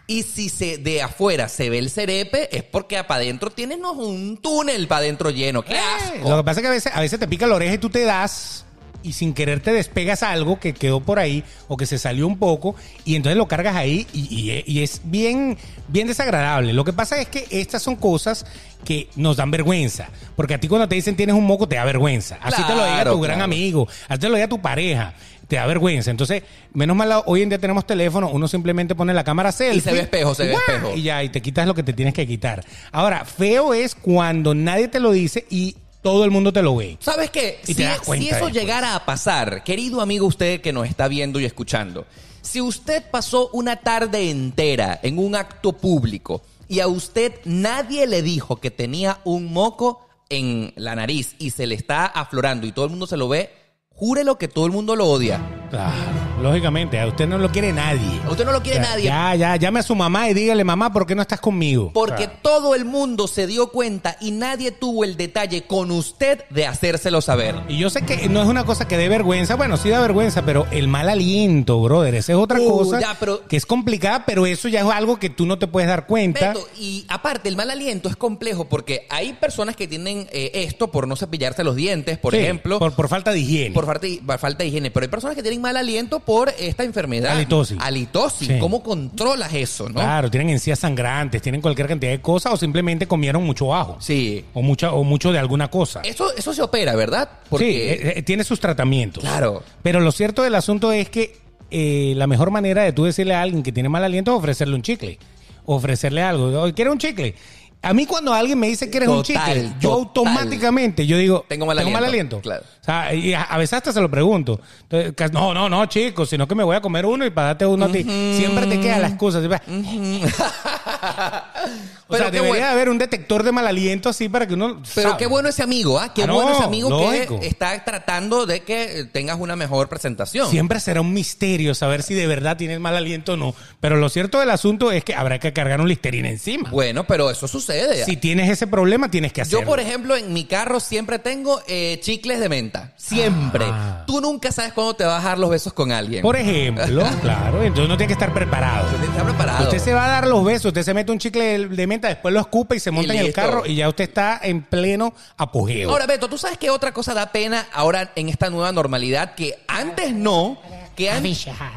Y si se de afuera se ve el cerepe, es porque para adentro tienes no, un túnel para adentro lleno. ¡Qué Eh, asco! Lo que pasa es que a veces, a veces te pica la oreja y tú te das. y sin querer te despegas algo que quedó por ahí o que se salió un poco y entonces lo cargas ahí y, y- y es bien, bien desagradable. Lo que pasa es que estas son cosas que nos dan vergüenza. Porque a ti cuando te dicen tienes un moco te da vergüenza. Así te lo diga Claro, tu gran claro. amigo, así te lo diga tu pareja. Te da vergüenza. Entonces, menos mal, hoy en día tenemos teléfono, uno simplemente pone la cámara selfie. ve espejo, se ve ¡guau! espejo. Y ya, y te quitas lo que te tienes que quitar. Ahora, feo es cuando nadie te lo dice y todo el mundo te lo ve. ¿Sabes qué? Y te Si, das si cuenta eso después. llegara a pasar, querido amigo usted que nos está viendo y escuchando, si usted pasó una tarde entera en un acto público y a usted nadie le dijo que tenía un moco en la nariz y se le está aflorando y todo el mundo se lo ve, júrelo que todo el mundo lo odia. Claro, lógicamente, a usted no lo quiere nadie. A usted no lo quiere Ya, nadie. Ya, ya, llame a su mamá y dígale, mamá, ¿por qué no estás conmigo? Porque Claro. todo el mundo se dio cuenta y nadie tuvo el detalle con usted de hacérselo saber. Y yo sé que no es una cosa que dé vergüenza, bueno, sí da vergüenza, pero el mal aliento, brother, esa es otra Uh, cosa ya, pero- que es complicada, pero eso ya es algo que tú no te puedes dar cuenta. Beto, y aparte, el mal aliento es complejo porque hay personas que tienen eh, esto por no cepillarse los dientes, por Sí, ejemplo, por, por, por falta de higiene. falta, por falta de higiene, pero hay personas que tienen mal aliento por esta enfermedad. Halitosis. Halitosis. Sí. ¿Cómo controlas eso, no? Claro, tienen encías sangrantes, tienen cualquier cantidad de cosas o simplemente comieron mucho ajo. Sí. O, mucha, o mucho de alguna cosa. Eso, eso se opera, ¿verdad? Sí, eh, eh, tiene sus tratamientos. Claro. Pero lo cierto del asunto es que eh, la mejor manera de tú decirle a alguien que tiene mal aliento es ofrecerle un chicle. Ofrecerle algo. "Oye, ¿Quieres un chicle? A mí cuando alguien me dice que eres un Total, chicle, yo total. automáticamente yo digo, Tengo mal aliento". Claro. O sea, y a, a veces hasta se lo pregunto. Entonces, cas- no, no, no, chico, sino que me voy a comer uno y para darte uno a ti. Siempre te quedan las cosas. O Pero sea, qué debería bueno. haber un detector de mal aliento así para que uno Pero sabe. qué bueno ese amigo, ¿ah? Qué Ah, no, bueno ese amigo lógico. que está tratando de que eh, tengas una mejor presentación. Siempre será un misterio saber si de verdad tienes mal aliento o no. Pero lo cierto del asunto es que habrá que cargar un listerina encima. Bueno, pero eso sucede. Si tienes ese problema, tienes que hacerlo. Yo, por ejemplo, en mi carro siempre tengo eh, chicles de menta. Siempre. Ah. Tú nunca sabes cuándo te vas a dar los besos con alguien. Por e- ejemplo, claro, entonces no tiene que estar preparado. Usted está preparado. Usted se va a dar los besos, usted se mete un chicle de- de menta, después lo escupa y se monta Y en el listo. carro y ya usted está en pleno apogeo. Ahora, Beto, ¿tú sabes qué otra cosa da pena ahora en esta nueva normalidad que antes no, que, an-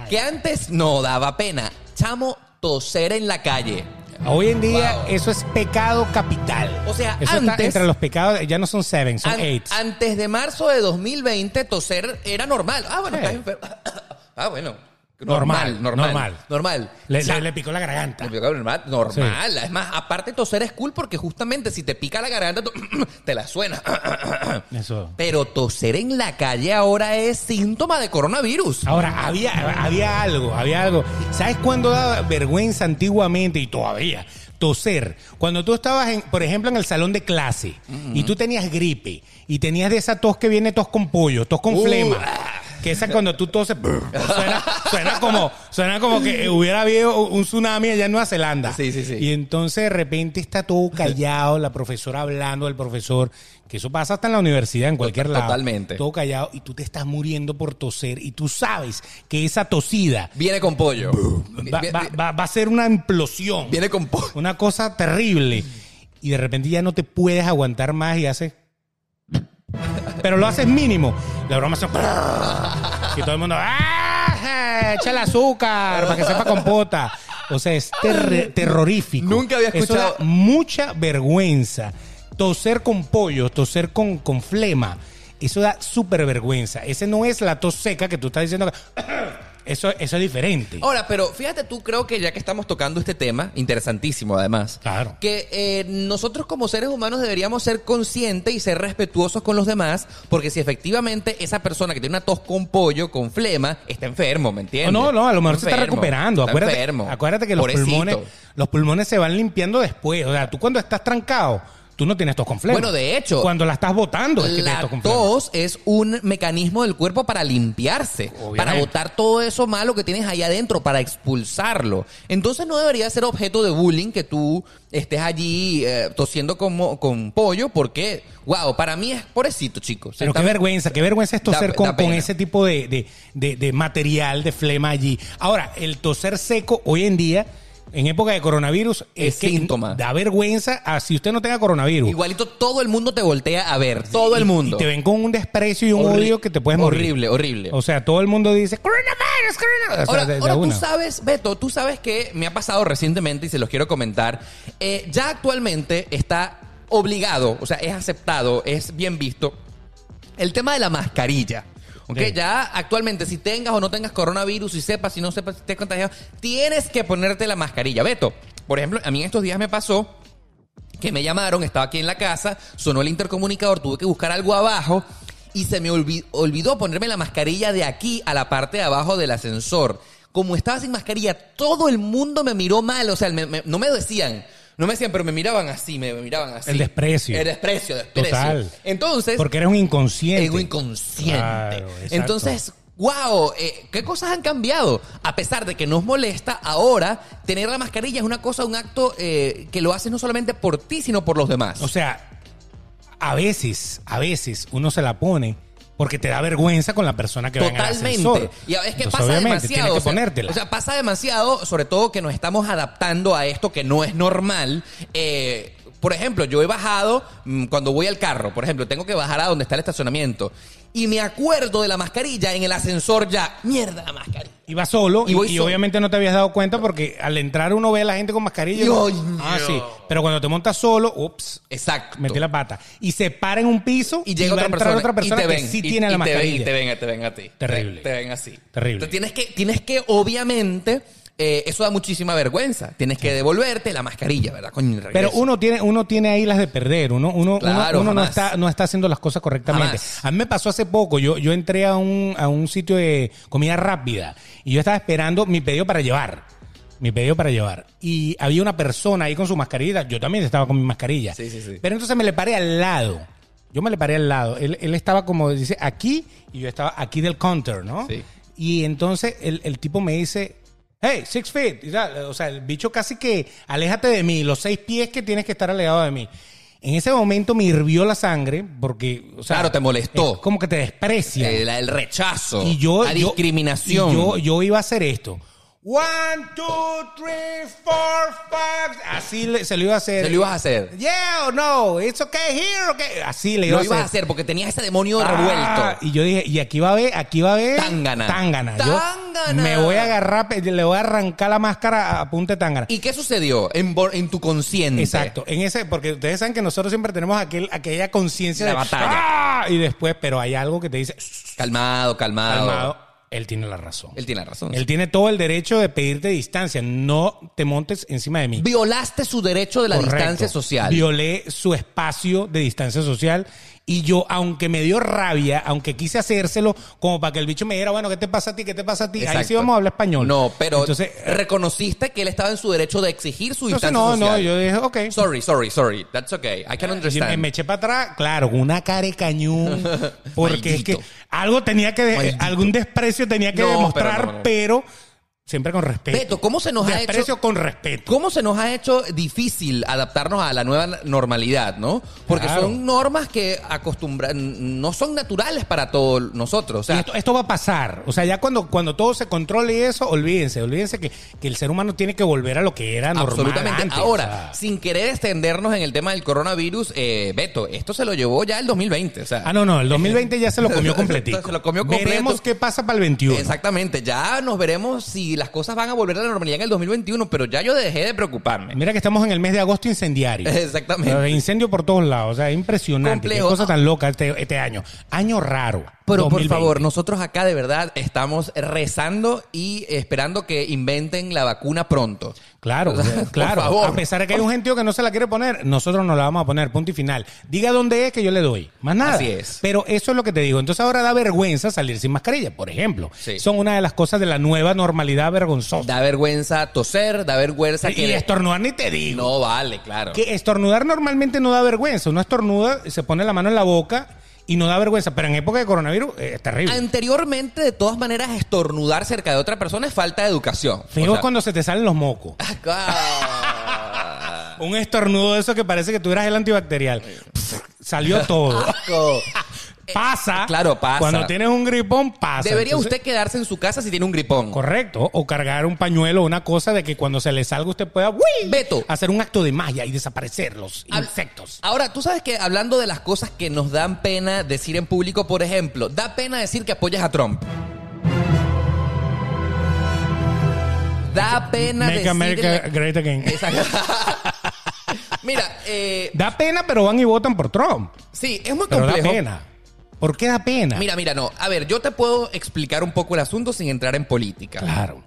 que antes no daba pena? Chamo, toser en la calle. Hoy en día Wow. eso es pecado capital. O sea, eso está antes- entre los pecados, ya no son seven, son An- eight. antes de marzo de 2020, toser era normal. Ah, bueno, Sí. estás enfermo. Ah, bueno. Normal, Normal, normal. normal. Normal. Le, O sea, le- le picó la garganta. Te pica normal. normal. Es más, aparte toser es cool porque justamente si te pica la garganta, tú- te la suena. Eso. Pero toser en la calle ahora es síntoma de coronavirus. Ahora, había, había algo, había algo. ¿Sabes cuándo daba vergüenza antiguamente y todavía? Toser. Cuando tú estabas, en, por ejemplo, en el salón de clase y tú tenías gripe y tenías de esa tos que viene tos con pollo, tos con Uh, flema. Que esa cuando tú toses, brr, suena, suena como, suena como que hubiera habido un tsunami allá en Nueva Zelanda. Sí, sí, sí. Y entonces de repente está todo callado, la profesora hablando del profesor, que eso pasa hasta en la universidad, en cualquier lado. Totalmente. Todo callado y tú te estás muriendo por toser y tú sabes que esa tosida Viene con pollo. va, Vi- va- vi- va- va a ser una implosión, Viene con pollo. una cosa terrible. Y de repente ya no te puedes aguantar más y haces... Pero lo haces mínimo. La broma es... Y todo el mundo... ¡Ah! Echa el azúcar para que sepa compota. O sea, es terre- terrorífico. Nunca había Eso escuchado- da mucha vergüenza. Toser con pollo, toser con, con flema. Eso da súper vergüenza. Ese no es la tos seca que tú estás diciendo. Eso, eso es diferente. Ahora, pero fíjate tú, creo que ya que estamos tocando este tema, interesantísimo además, Claro. que eh, nosotros como seres humanos deberíamos ser conscientes y ser respetuosos con los demás, porque si efectivamente esa persona que tiene una tos con pollo, con flema, está enfermo, ¿me entiendes? Oh, No, no, a lo mejor se está Enfermo, recuperando. está acuérdate, enfermo. acuérdate que los Pobrecito. pulmones, los pulmones se van limpiando después. O sea, tú cuando estás trancado, tú no tienes tos con flema. Bueno, de hecho, Cuando la estás botando es que tienes La tos con flema. tos es un mecanismo del cuerpo para limpiarse, Obviamente. para botar todo eso malo que tienes ahí adentro, para expulsarlo. Entonces no debería ser objeto de bullying que tú estés allí eh, tosiendo como, con pollo, porque, wow, para mí es pobrecito, chicos. Pero qué Está- vergüenza, qué vergüenza es da- toser da con, con pena. ese tipo de, de- de- de material, de flema allí. Ahora, el toser seco hoy en día en época de coronavirus Es que síntoma. Da vergüenza a si usted no tenga coronavirus. Igualito todo el mundo te voltea a ver, todo el Y- mundo. Y te ven con un desprecio y un Horri- odio que te puedes morir. Horrible, horrible. O sea, todo el mundo dice, coronavirus, coronavirus. O sea, Ahora, de- de ahora tú una. sabes, Beto, tú sabes que me ha pasado recientemente y se los quiero comentar. eh, ya actualmente está obligado, o sea, es aceptado, es bien visto el tema de la mascarilla. ¿ok? Sí. Ya actualmente, si tengas o no tengas coronavirus, si sepas, si no sepas, si estés contagiado, tienes que ponerte la mascarilla. Beto, por ejemplo, a mí en estos días me pasó que me llamaron, estaba aquí en la casa, sonó el intercomunicador, tuve que buscar algo abajo y se me olvi- olvidó ponerme la mascarilla de aquí a la parte de abajo del ascensor. Como estaba sin mascarilla, todo el mundo me miró mal, o sea, me- me- no me decían, no me decían, pero me miraban así, me miraban así. El desprecio. El desprecio, desprecio. Total. Entonces, Porque eres un inconsciente. ego inconsciente. Claro, exacto. Entonces, wow, eh, ¿qué cosas han cambiado? A pesar de que nos molesta, ahora tener la mascarilla es una cosa, un acto eh, que lo haces no solamente por ti, sino por los demás. O sea, a veces, a veces uno se la pone porque te da vergüenza con la persona que va en el ascensor. Totalmente. Y es que Entonces, pasa obviamente, demasiado. Tienes o que sea, ponértela. O sea, pasa demasiado, sobre todo que nos estamos adaptando a esto que no es normal. Eh, por ejemplo, yo he bajado mm, cuando voy al carro, por ejemplo, tengo que bajar a donde está el estacionamiento. Y me acuerdo de la mascarilla en el ascensor ya. Mierda, la mascarilla. Iba solo Y y, voy y solo. obviamente no te habías dado cuenta porque al entrar uno ve a la gente con mascarilla. Dios ah, mío. sí. Pero cuando te montas solo, ups, Exacto. metí la pata. Y se para en un piso y llega otra va a entrar persona, otra persona y te que ven, sí y- tiene y la te ven, mascarilla. y te ven, te ven a ti. Terrible. Te, te ven así. Terrible. Entonces, tienes que, tienes que, obviamente, eh, eso da muchísima vergüenza. Tienes que devolverte la mascarilla, ¿verdad? Coño, el Pero regreso. uno tiene, uno tiene ahí las de perder, uno, uno, uno- Claro, uno, no, jamás. está, no está haciendo las cosas correctamente. Jamás. A mí me pasó hace poco, yo, yo entré a un, a un sitio de comida rápida y yo estaba esperando mi pedido para llevar. Mi pedido para llevar. Y había una persona ahí con su mascarilla. Yo también estaba con mi mascarilla. Sí, sí, sí. Pero entonces me le paré al lado. Yo me le paré al lado. Él, él estaba como, dice, aquí y yo estaba aquí del counter, ¿no? Sí. Y entonces el, el tipo me dice, hey, six feet. y tal. O sea, el bicho casi que, aléjate de mí, los seis pies que tienes que estar alejado de mí. En ese momento me hirvió la sangre porque, o sea, Claro, te molestó. es Como que te desprecia. Eh, la- el rechazo, y yo, la yo- discriminación. y yo, yo iba a hacer esto. One, two, three, four, five. Así le- se lo iba a hacer. Se lo ibas a hacer. Yeah or no, it's okay here, okay. Así le iba Lo a ibas a hacer. hacer porque tenías ese demonio Ah, revuelto. Y yo dije, y aquí va a haber, aquí va a haber Tángana. Tángana. Yo Tángana. me voy a agarrar, pe- le voy a arrancar la máscara a punta de tángana. ¿Y qué sucedió en, bo- en tu consciente? Exacto, en ese, porque ustedes saben que nosotros siempre tenemos aquel, aquella conciencia La de batalla. "Ah", Y después, pero hay algo que te dice, Calmado, calmado. calmado, él tiene la razón. Ah, oh. Él tiene la razón. Él tiene todo el derecho de pedirte distancia, no te montes encima de mí. Violaste su derecho de la Correcto. distancia social. Violé su espacio de distancia social y yo, aunque me dio rabia, aunque quise hacérselo, como para que el bicho me diera, bueno, ¿qué te pasa a ti? ¿Qué te pasa a ti? Ahí Exacto. sí vamos a hablar español. No, pero Entonces, eh, reconociste que él estaba en su derecho de exigir su distancia entonces no, social. no, yo dije, ok. Sorry, sorry, sorry. That's okay. I can Y me, understand. me eché para atrás, claro, con una cara de cañón, porque es que Maldito. algo tenía que, de- Maldito. algún desprecio tenía que No, pero demostrar, pero, no, no. siempre con respeto. Beto, ¿cómo se nos ha hecho- Desprecio con respeto. ¿Cómo se nos ha hecho difícil adaptarnos a la nueva normalidad, no? Porque Claro. son normas que acostumbran, no son naturales para todos nosotros. O Y sea, esto, esto va a pasar. O sea, ya cuando, cuando todo se controle y eso, olvídense, olvídense que, que el ser humano tiene que volver a lo que era normal. absolutamente. antes. Ahora, O sea, sin querer extendernos en el tema del coronavirus, eh, Beto, esto se lo llevó ya el 2020. O sea, ah, no, no, el 2020 ya se lo comió completito. Se lo comió completo. Veremos qué pasa para el 21. Exactamente, ya nos veremos si las cosas van a volver a la normalidad en el 2021, pero ya yo dejé de preocuparme. Mira que estamos en el mes de agosto incendiario. Exactamente. Incendio por todos lados. O sea, impresionante. Complejo. Qué cosa tan loca este, este año. Año raro. Pero por 2020. favor, nosotros acá de verdad estamos rezando y esperando que inventen la vacuna pronto. Claro, O sea, eh, claro. por favor. A pesar de que hay un gentío que no se la quiere poner, nosotros no la vamos a poner, punto y final. Diga dónde es que yo le doy. Más nada. Así es. Pero eso es lo que te digo. Entonces ahora da vergüenza salir sin mascarilla, por ejemplo. Sí. Son una de las cosas de la nueva normalidad vergonzosa. Da vergüenza toser, da vergüenza y que... estornudar ni te digo. No vale, claro. Que estornudar normalmente no da vergüenza. Uno estornuda, se pone la mano en la boca y no da vergüenza. Pero en época de coronavirus eh, es terrible. Anteriormente, de todas maneras, estornudar cerca de otra persona es falta de educación. O Feo sea- cuando se te salen los mocos. ¡Ah! Un estornudo de eso que parece que tuvieras el antibacterial. Salió todo. Asco. Pasa. Eh, claro, pasa. Cuando tienes un gripón, pasa. Debería Entonces- usted quedarse en su casa si tiene un gripón. Correcto. O cargar un pañuelo o una cosa de que cuando se le salga usted pueda ¡uy! Beto. hacer un acto de magia y desaparecer los Hab- insectos. Ahora, tú sabes que hablando de las cosas que nos dan pena decir en público, por ejemplo, da pena decir que apoyas a Trump. Da pena Make decir... America Great Again. Mira, eh, Da pena, pero van y votan por Trump. sí, es muy Pero complejo. da pena. ¿Por qué da pena? Mira, mira, no. A ver, yo te puedo explicar un poco el asunto sin entrar en política. Claro.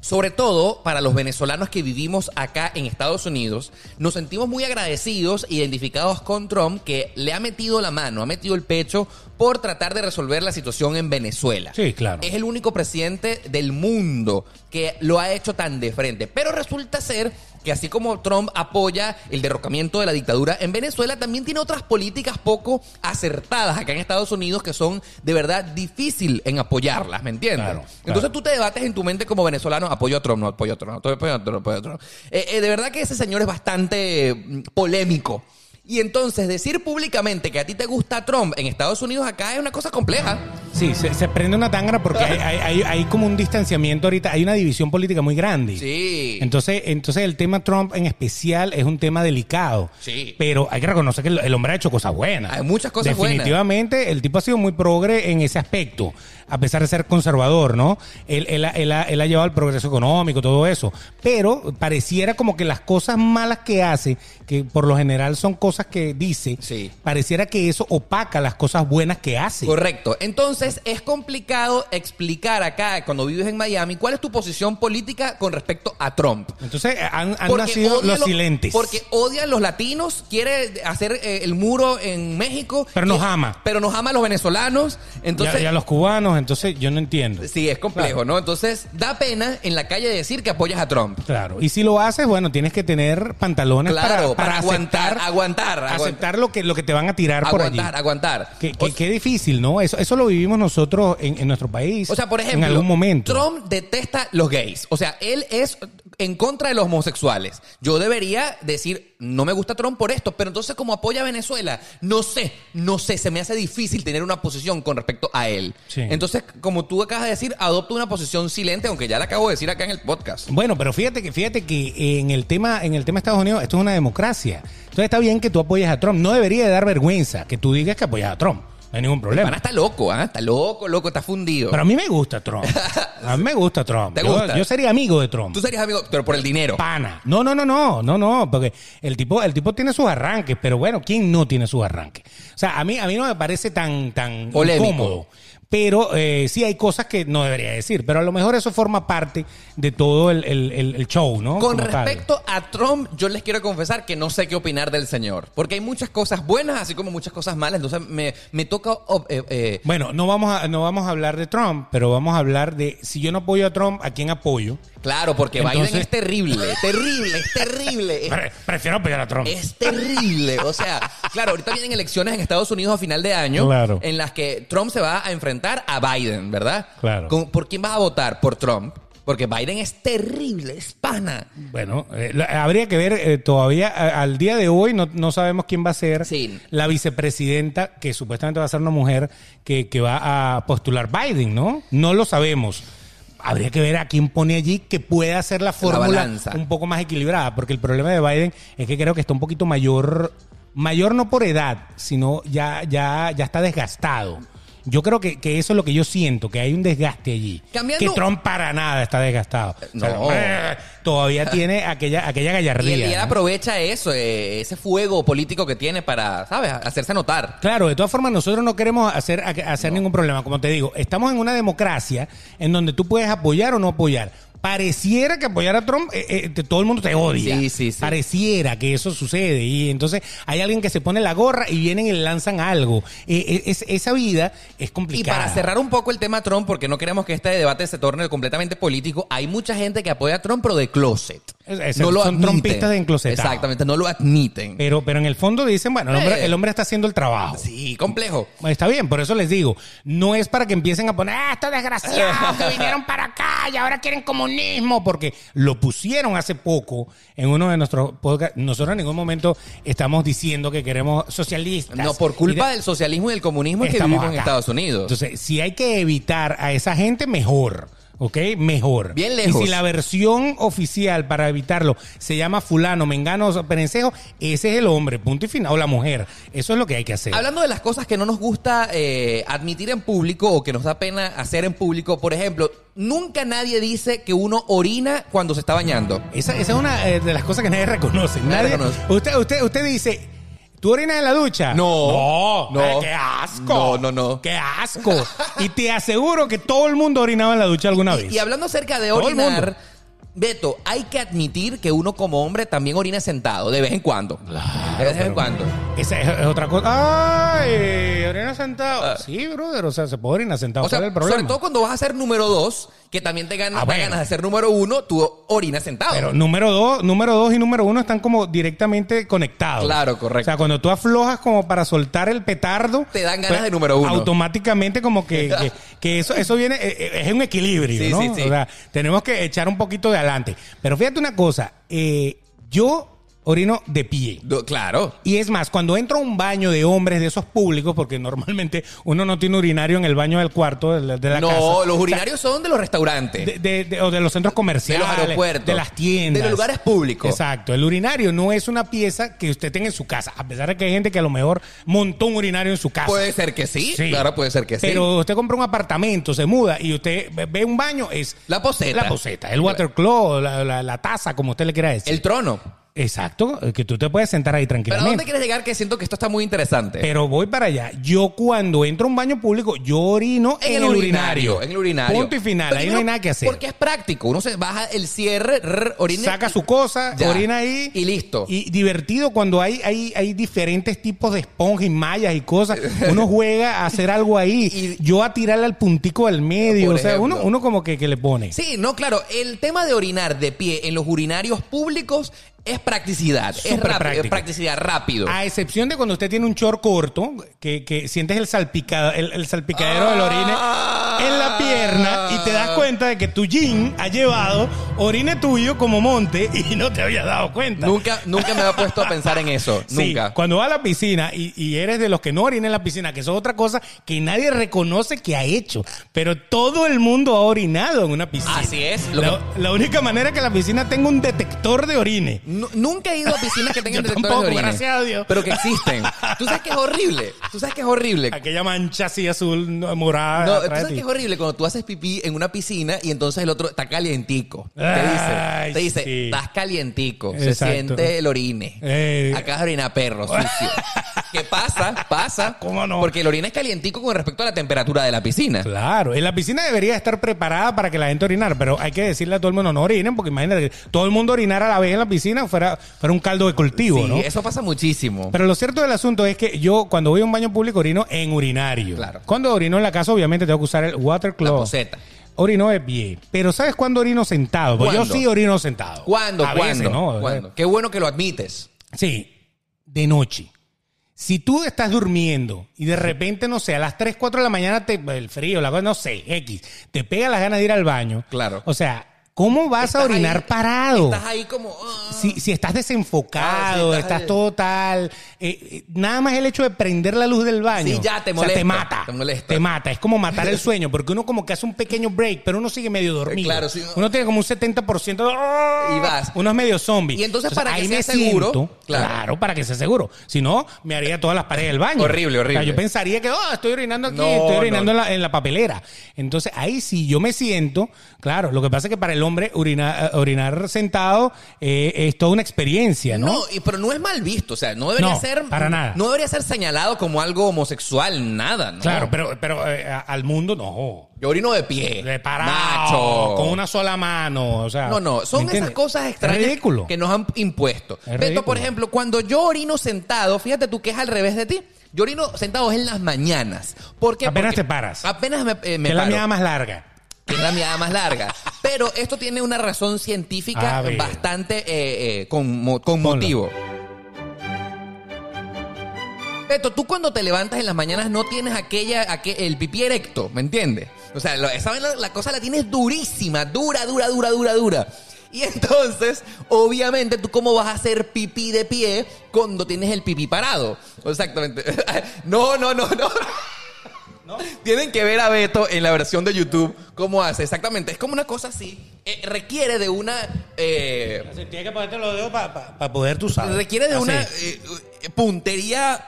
Sobre todo para los venezolanos que vivimos acá en Estados Unidos, nos sentimos muy agradecidos, e identificados con Trump, que le ha metido la mano, ha metido el pecho por tratar de resolver la situación en Venezuela. Sí, claro. Es el único presidente del mundo que lo ha hecho tan de frente. Pero resulta ser que así como Trump apoya el derrocamiento de la dictadura en Venezuela, también tiene otras políticas poco acertadas acá en Estados Unidos que son de verdad difícil en apoyarlas, ¿me entiendes? Claro, Entonces claro. tú te debates en tu mente como venezolano, apoyo a Trump, no apoyo a Trump, no apoyo a Trump, apoyo a Trump. Eh, eh, de verdad que ese señor es bastante eh, mm, polémico. Y entonces decir públicamente que a ti te gusta Trump en Estados Unidos acá es una cosa compleja. Sí, se, se prende una tangra porque hay, hay- hay- hay como un distanciamiento ahorita, hay una división política muy grande. Sí. Entonces, entonces el tema Trump en especial es un tema delicado. Sí. Pero hay que reconocer que el, el hombre ha hecho cosas buenas. Hay muchas cosas buenas. Definitivamente, el tipo ha sido muy progre en ese aspecto, a pesar de ser conservador, ¿no? Él, él ha- él ha- él ha llevado el progreso económico, todo eso. Pero pareciera como que las cosas malas que hace, que por lo general son cosas que dice, Sí. pareciera que eso opaca las cosas buenas que hace. Correcto. Entonces es complicado explicar acá, cuando vives en Miami, cuál es tu posición política con respecto a Trump. Entonces han, han Porque nacido odia los lo- silentes. Porque odian los latinos, quiere hacer eh, el muro en México. Pero nos Y- ama. Pero nos ama a los venezolanos. Entonces, ya, ya los cubanos, entonces yo no entiendo. sí, es complejo, ¿no? Entonces, da pena en la calle decir que apoyas a Trump. Claro, y si lo haces, bueno, tienes que tener pantalones Claro, para, para para aguantar, aceptar, aguantar, aguantar. aceptar lo que lo que te van a tirar por Aguantar, allí. aguantar. Qué, O qué- qué difícil, ¿no? Eso, eso lo vivimos nosotros en, en nuestro país. O sea, por ejemplo, en algún momento. Trump detesta los gays. O sea, él es en contra de los homosexuales. Yo debería decir, no me gusta Trump por esto, pero entonces como apoya a Venezuela, no sé, no sé, se me hace difícil tener una posición con respecto a él. Sí. Entonces, como tú acabas de decir, adopto una posición silente, aunque ya la acabo de decir acá en el podcast. Bueno, pero fíjate que fíjate que en el tema en el tema de Estados Unidos esto es una democracia. Entonces está bien que tú apoyes a Trump. No debería de dar vergüenza que tú digas que apoyas a Trump. No hay ningún problema. Pana está loco, ¿ah? está loco, loco, está fundido. Pero a mí me gusta Trump. A mí me gusta Trump. ¿Te Yo- gusta? Yo, sería amigo de Trump. Tú serías amigo, pero por el dinero. Pana. No, no, no, no, no, no, porque el tipo, el tipo tiene sus arranques, pero bueno, ¿quién no tiene sus arranques? O sea, a mí, a mí no me parece tan, tan Polémico. incómodo. Pero eh, sí hay cosas que no debería decir, pero a lo mejor eso forma parte de todo el, el- el- el show, ¿no? Con Como tal. respecto a Trump, yo les quiero confesar que no sé qué opinar del señor. Porque hay muchas cosas buenas, así como muchas cosas malas. Entonces me, me toca. oh, eh, eh, Bueno, no vamos, a, no vamos a hablar de Trump, pero vamos a hablar de si yo no apoyo a Trump, ¿a quién apoyo? claro, porque Biden Entonces- es terrible. Terrible, es terrible. es- Pre- prefiero apoyar a Trump. Es terrible. O sea, claro, ahorita vienen elecciones en Estados Unidos a final de año. Claro. En las que Trump se va a enfrentar a Biden, ¿verdad? Claro. Con- ¿Por quién vas a votar? Por Trump. Porque Biden es terrible, es pana. Bueno, eh, la- habría que ver eh, todavía a- al día de hoy no, no sabemos quién va a ser Sí. la vicepresidenta que supuestamente va a ser una mujer que, que va a postular Biden, ¿no? No lo sabemos. Habría que ver a quién pone allí que pueda hacer la fórmula balanza. un poco más equilibrada, porque el problema de Biden es que creo que está un poquito mayor, mayor no por edad, sino ya ya ya está desgastado. Yo creo que, que eso es lo que yo siento, que hay un desgaste allí. Cambiando- Que Trump para nada está desgastado. O sea, No. todavía tiene aquella, Y aquella gallardía. él, y él ¿no? aprovecha eso, eh, ese fuego político que tiene para, ¿sabes? Hacerse notar. Claro, de todas formas nosotros no queremos hacer, hacer ningún problema. Como te digo, estamos en una democracia en donde tú puedes apoyar o no apoyar. Pareciera que apoyar a Trump, eh, eh, te- todo el mundo te odia. Sí, sí, sí. Pareciera que eso sucede. Y entonces hay alguien que se pone la gorra y vienen y le lanzan algo. Eh, eh, es- esa vida es Y complicada. para cerrar un poco el tema Trump, porque no queremos que este debate se torne completamente político, hay mucha gente que apoya a Trump, pero de closet. Es- es- son Eh, trompistas de enclosetado. Exactamente, no lo admiten. Pero, pero en el fondo dicen, bueno, el hombre, Eh. el hombre está haciendo el trabajo. sí, complejo. Está bien, por eso les digo, no es para que empiecen a poner, ah, estos desgraciados que vinieron para acá y ahora quieren comunismo, porque lo pusieron hace poco en uno de nuestros podcasts. Nosotros en ningún momento estamos diciendo que queremos socialistas. No, por culpa del socialismo y del comunismo es que Estamos vivimos en acá. Estados Unidos. Entonces, si hay que evitar a esa gente, mejor. ¿Ok? Mejor. Bien lejos. Y si la versión oficial para evitarlo se llama fulano, mengano, perencejo, ese es el hombre, punto y final, o la mujer. Eso es lo que hay que hacer. Hablando de las cosas que no nos gusta eh, admitir en público o que nos da pena hacer en público, por ejemplo, nunca nadie dice que uno orina cuando se está bañando. Esa, esa es una eh, de las cosas que nadie reconoce. Nadie Nadie, reconoce. Usted, usted, usted dice, ¿tú orinas en la ducha? No. No. No. Ay, ¡Qué No, asco! no, no. ¡Qué asco! y te aseguro que todo el mundo orinaba en la ducha alguna vez. Y hablando acerca de Pues, Todo el orinar, mundo. Beto, hay que admitir que uno como hombre también orina sentado, de vez en cuando. de vez en pero- cuando. Esa es, es otra cosa. ¡Ay! Orina sentado. Ah. Sí, brother. O sea, se puede orinar sentado. O sea, ¿Cuál es el problema? sobre todo cuando vas a ser número dos, que también te ganas, Ah, te bueno. ganas de ser número uno, tú orinas sentado. Pero número dos, número dos y número uno están como directamente conectados. Claro, correcto. O sea, cuando tú aflojas como para soltar el petardo, pues, Te dan ganas de número uno. Automáticamente como que, que, que eso, eso viene, eh, eh, es un equilibrio, Sí, ¿no? sí, sí. O sea, tenemos que echar un poquito de adelante. Pero fíjate una cosa, eh, yo orino de pie. Do- claro. Y es más, cuando entro a un baño de hombres de esos públicos, porque normalmente uno no tiene urinario en el baño del cuarto de la, de la no, casa. los urinarios son de los restaurantes. De, de- de- o de los centros comerciales, De los aeropuertos. de las De tiendas, los lugares públicos. Exacto. El urinario no es una pieza que usted tenga en su casa, a pesar de que hay gente que a lo mejor montó un urinario en su casa. puede ser que sí, Sí. claro, puede ser que Pues, sí. Pero usted compra un apartamento, se muda y usted ve- ve un baño, es La poseta. la poseta, el water claw, la, la- la taza, como usted le quiera decir. El trono. Exacto, eh, que tú te puedes sentar ahí ¿Pero a dónde tranquilamente. quieres llegar? Que siento que esto está muy interesante. Pero voy para allá. Yo cuando entro a un baño público, yo orino en, el urinario, En el urinario. Punto y final. Pero ahí uno- no hay nada que hacer. Porque es práctico. Uno se baja el cierre, rrr, orina. Saca su cosa, Ya. orina ahí. Y listo. Y divertido cuando hay, hay, hay diferentes tipos de esponjas y mallas y cosas. Uno juega a hacer algo ahí. Y- Yo a tirarle al puntico del medio. Por O sea, ejemplo. uno, uno como que, que le pone. Sí, no, claro. El tema de orinar de pie en los urinarios públicos es practicidad. es Súper rápido. práctico. Es practicidad rápido. A excepción de cuando usted tiene un short corto, que, que sientes el, salpicado, el, el salpicadero del orine Ah. en la pierna y te das cuenta de que tu jean ha llevado orine tuyo como monte y no te habías dado cuenta. Nunca, nunca me había puesto a pensar en eso. Sí, Nunca. Cuando vas a la piscina y, y eres de los que no orina en la piscina, que eso es otra cosa que nadie reconoce que ha hecho. Pero todo el mundo ha orinado en una piscina. Así es. Lo La, la única manera que la piscina tenga un detector de orine. Nu- nunca he ido a piscinas que tengan Yo detectores tampoco, de orines. gracias a Dios. Pero que existen. Tú sabes que es horrible. Tú sabes que es horrible. Aquella mancha así azul, no, morada. No, tú atrás de sabes ti. que es horrible cuando tú haces pipí en una piscina y entonces el otro está calientico. Te dice, Ay, te dice, sí. estás calientico. Se Exacto. siente el orine. Eh. Acá es orina perro, sucio. ¿Qué pasa? Pasa. ¿Cómo no? Porque el orine es calientico con respecto a la temperatura de la piscina. Claro, en la piscina debería estar preparada para que la gente orinara, pero hay que decirle a todo el mundo no orinen, porque imagínate que todo el mundo orinar a la vez en la piscina fuera, fuera un caldo de cultivo, Sí, ¿no? eso pasa muchísimo. Pero lo cierto del asunto es que yo cuando voy a un baño público orino en urinario. Claro. Cuando orino en la casa obviamente tengo que usar el water la claw. poseta. Orino de pie. Pero ¿sabes cuándo orino sentado? Pues yo ¿Cuándo? sí orino sentado. ¿Cuándo? A ¿Cuándo? veces, ¿no? ¿Cuándo? Qué bueno que lo admites. Sí, de noche. Si tú estás durmiendo y de repente, no sé, a las 3, 4 de la mañana, te, el frío, la cosa, no sé, X, te pega las ganas de ir al baño. Claro. O sea, ¿cómo vas a Estás orinar ahí- parado? Estás ahí como... ah. si, si estás Ah, desenfocado, sí, estás estás ahí. todo tal, eh, eh, nada más el hecho de prender la luz del baño. Sí, ya te O sea, molesta, te mata. te molesta. mata. Es como matar el sueño, porque uno como que hace un pequeño break, pero uno sigue medio dormido. Claro, sí. Uno tiene como un 70% de... ¡oh! Y vas. Uno es medio zombie. Y entonces, para que ahí sea me seguro, siento- claro. claro. para que sea seguro. Si no, me haría todas las paredes del baño. Horrible, horrible. O sea, yo pensaría que, oh, estoy orinando aquí, No, estoy orinando no. en, la, en la papelera. Entonces, ahí sí yo me siento, claro, lo que pasa es que para el hombre orina- orinar sentado eh, es toda una experiencia, ¿no? No, y, pero no es mal visto, o sea, no debería No, ser para nada. no debería ser señalado como algo homosexual, nada, ¿no? Claro, pero, pero eh, a- al mundo no. yo orino de pie, De parado, Eh, macho, con una sola mano, o sea. no, no, ¿me son esas entiendes? cosas extrañas Es ridículo. que nos han impuesto. Es Beto, por ridículo. ejemplo, cuando yo orino sentado, fíjate tú que es al revés de ti. Yo orino sentado es en las mañanas. ¿Por qué? Apenas Porque te paras. Apenas me, eh, me que es la paro. mía más larga. que es la mirada más larga. Pero esto tiene una razón científica A ver. bastante eh, eh, con, mo- con Ponlo. motivo. Beto, tú cuando te levantas en las mañanas no tienes aquella, aquel, el pipí erecto, ¿me entiendes? O sea, lo- esa vaina, la cosa la tienes durísima, dura, dura, dura, dura, dura. Y entonces, obviamente, tú cómo vas a hacer pipí de pie cuando tienes el pipí parado. Exactamente. No, no, no, no. Tienen que ver a Beto en la versión de YouTube cómo hace. Exactamente. Es como una cosa así. Eh, requiere de una. eh, Tienes que ponerte los dedos para poder tú saber. Requiere de Así. una eh, eh, puntería,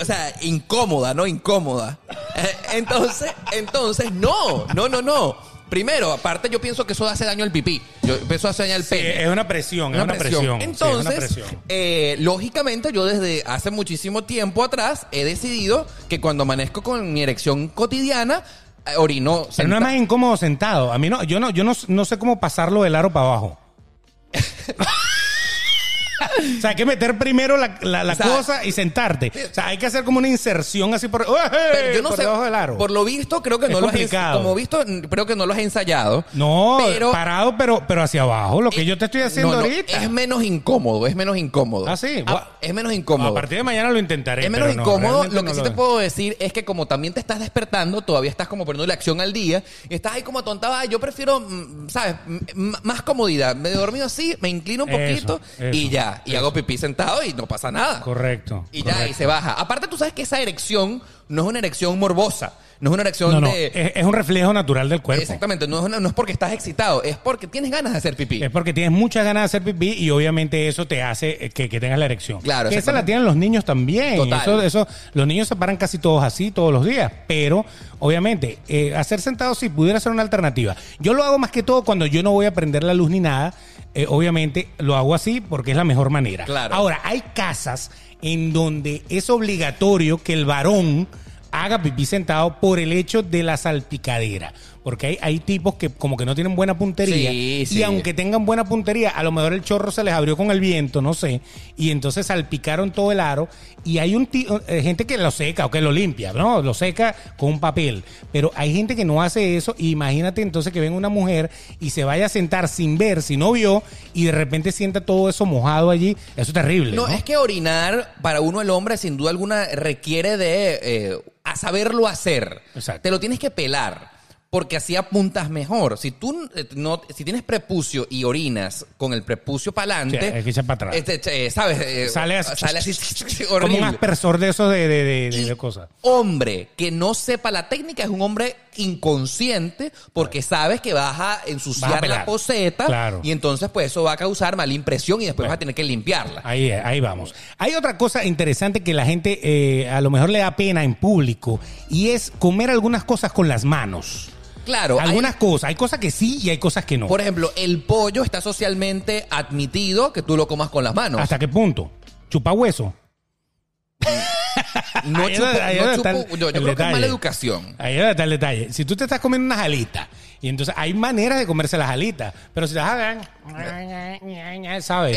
o sea, incómoda, ¿no? Incómoda. Eh, Entonces, entonces, no, no, no, no. Primero, aparte yo pienso que eso hace daño al pipí. Yo pienso hace daño al Sí, pene. Eh, es una presión, es una presión. sí, es una Entonces, presión. eh, lógicamente, yo desde hace muchísimo tiempo atrás he decidido que cuando amanezco con mi erección cotidiana, eh, orino. Pero no es más incómodo sentado. A mí no, yo no, yo no, no sé cómo pasarlo del aro para abajo. o sea, hay que meter primero la, la- la O sea, cosa y sentarte. O sea, hay que hacer como una inserción así por, Pero yo no Eh, por sé. debajo del aro. Por lo visto, creo que Es no complicado. lo has ens- Como visto, n- creo que no lo has ensayado. no, pero- parado, pero, pero hacia abajo, lo que Eh, yo te estoy haciendo no, no, ahorita. Es menos incómodo, es menos incómodo. Ah, sí. Ah, es menos incómodo. A partir de mañana lo intentaré. es menos pero no, incómodo. realmente Lo que no sí te puedo decir es que como también te estás despertando, todavía estás como poniendo la acción al día, y estás ahí como atontada. Yo prefiero, mm, ¿sabes? M- m- más comodidad. Me he dormido así, me inclino un Eso, poquito y eso, ya. Y hago pipí sentado y no pasa nada. Correcto. Y ya, y correcto. se baja. Aparte, tú sabes que esa erección no es una erección morbosa. No es una erección No, no, de... es, es un reflejo natural del cuerpo. Exactamente, no es, una- no es porque estás excitado, es porque tienes ganas de hacer pipí. Es porque tienes muchas ganas de hacer pipí y obviamente eso te hace eh, que, que tengas la erección. Claro, Que esa exactamente. la tienen los niños también. Total. Eso, eso- los niños se paran casi todos así todos los días. Pero, obviamente, eh, hacer sentado si pudiera ser una alternativa. Yo lo hago más que todo cuando yo no voy a prender la luz ni nada. Eh, obviamente lo hago así porque es la mejor manera. Claro. Ahora, hay casas en donde es obligatorio que el varón haga pipí sentado por el hecho de la salpicadera. Porque hay, hay tipos que como que no tienen buena puntería. Sí, y sí. aunque que tengan buena puntería, a lo mejor el chorro se les abrió con el viento, no sé, y entonces salpicaron todo el aro y hay un ti- eh, gente que lo seca o que lo limpia, ¿no? Lo seca con un papel, pero hay gente que no hace eso, y imagínate entonces que venga una mujer y se vaya a sentar sin ver, si no vio y de repente sienta todo eso mojado allí, eso es terrible. No, No, es que orinar para uno el hombre sin duda alguna requiere de eh, a saberlo hacer. Exacto. Te lo tienes que pelar. Porque así apuntas mejor. Si tú eh, no, si tienes prepucio y orinas con el prepucio para adelante, Sí, hay que echar pa' atrás. ¿sabes? Eh, Sale así. Sale así. como un horrible. aspersor de esos de, de, de- de- Y de cosas. Hombre que no sepa la técnica es un hombre inconsciente porque sabes que vas a ensuciar Vas a pelar. la poseta Claro. y entonces pues eso va a causar mala impresión y después vas a tener que limpiarla. Ahí, ahí vamos. Hay otra cosa interesante que la gente eh, a lo mejor le da pena en público y es comer algunas cosas con las manos. Claro, hay- algunas cosas. Hay cosas que sí y hay cosas que no. por ejemplo, el pollo está socialmente admitido que tú lo comas con las manos. ¿Hasta qué punto? Chupa hueso. No Ahí chupo, es donde- ahí es no donde está chupo- yo, el- yo el creo que es detalle. mala educación. Ahí está el detalle. Si tú te estás comiendo unas alitas, y entonces hay maneras de comerse las alitas, pero si las hagan, ¿sabes?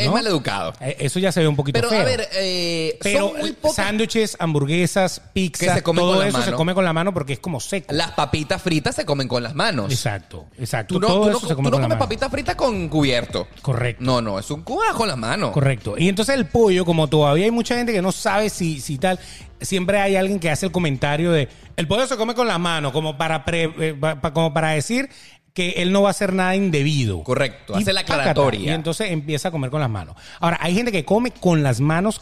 Es Pues, no? mal educado. Eh, Eso ya se ve un poquito Pero feo. a ver, eh, pero son muy eh, pocas sándwiches, hamburguesas, Que pizza, se comen todo con la eso se mano. come con la mano porque es como seco. las papitas fritas se comen con las manos. Exacto, exacto. Tú no, Todo tú no- eso se come tú no con la comes mano. papitas fritas con cubierto. Correcto. No, no, es un cuba con las manos. Correcto. Y entonces el pollo, como todavía hay mucha gente que no sabe si, si tal, siempre hay alguien que hace el comentario de el pollo se come con la mano, como para pre- eh, pa- pa- como para decir que él no va a hacer nada indebido. Correcto, hace la pácata, aclaratoria. Y entonces empieza a comer con las manos. Ahora, hay gente que come con las manos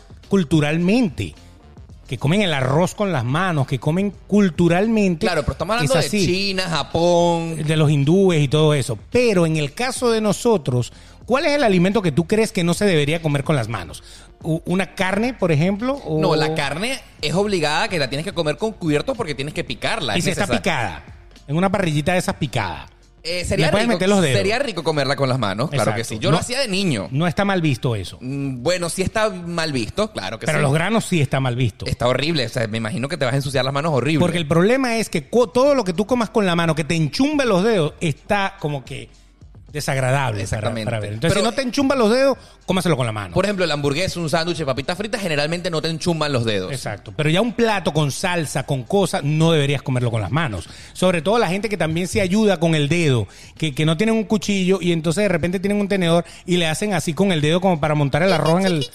culturalmente. Que comen el arroz con las manos, que comen culturalmente. Claro, pero estamos es hablando de así China, Japón. de los hindúes y todo eso. Pero en el caso de nosotros, ¿cuál es el alimento que tú crees que no se debería comer con las manos? ¿U- ¿Una carne, por ejemplo? o- No, la carne es obligada que la tienes que comer con cubierto porque tienes que picarla. Y es si está necesario. picada, en una parrillita de esas picadas. Eh, sería, Le puedes rico, meter los dedos. sería rico comerla con las manos, claro Exacto. que sí. Yo lo No. hacía de niño. No está mal visto eso. Mm, Bueno, sí está mal visto, claro que Pero sí. los granos sí está mal visto. Está horrible, o sea, me imagino que te vas a ensuciar las manos horrible. Porque el problema es que co- todo lo que tú comas con la mano, que te enchumbe los dedos, está como que desagradable Exactamente. para, para ver. Entonces, Pero- si no te enchumba los dedos, cómaselo con la mano. Por ejemplo, el hamburgués, un sándwich, de papitas fritas, generalmente no te enchumban los dedos. Exacto. Pero ya un plato con salsa, con cosas, no deberías comerlo con las manos. Sobre todo la gente que también se ayuda con el dedo, que, que no tienen un cuchillo y entonces de repente tienen un tenedor y le hacen así con el dedo como para montar el arroz en el...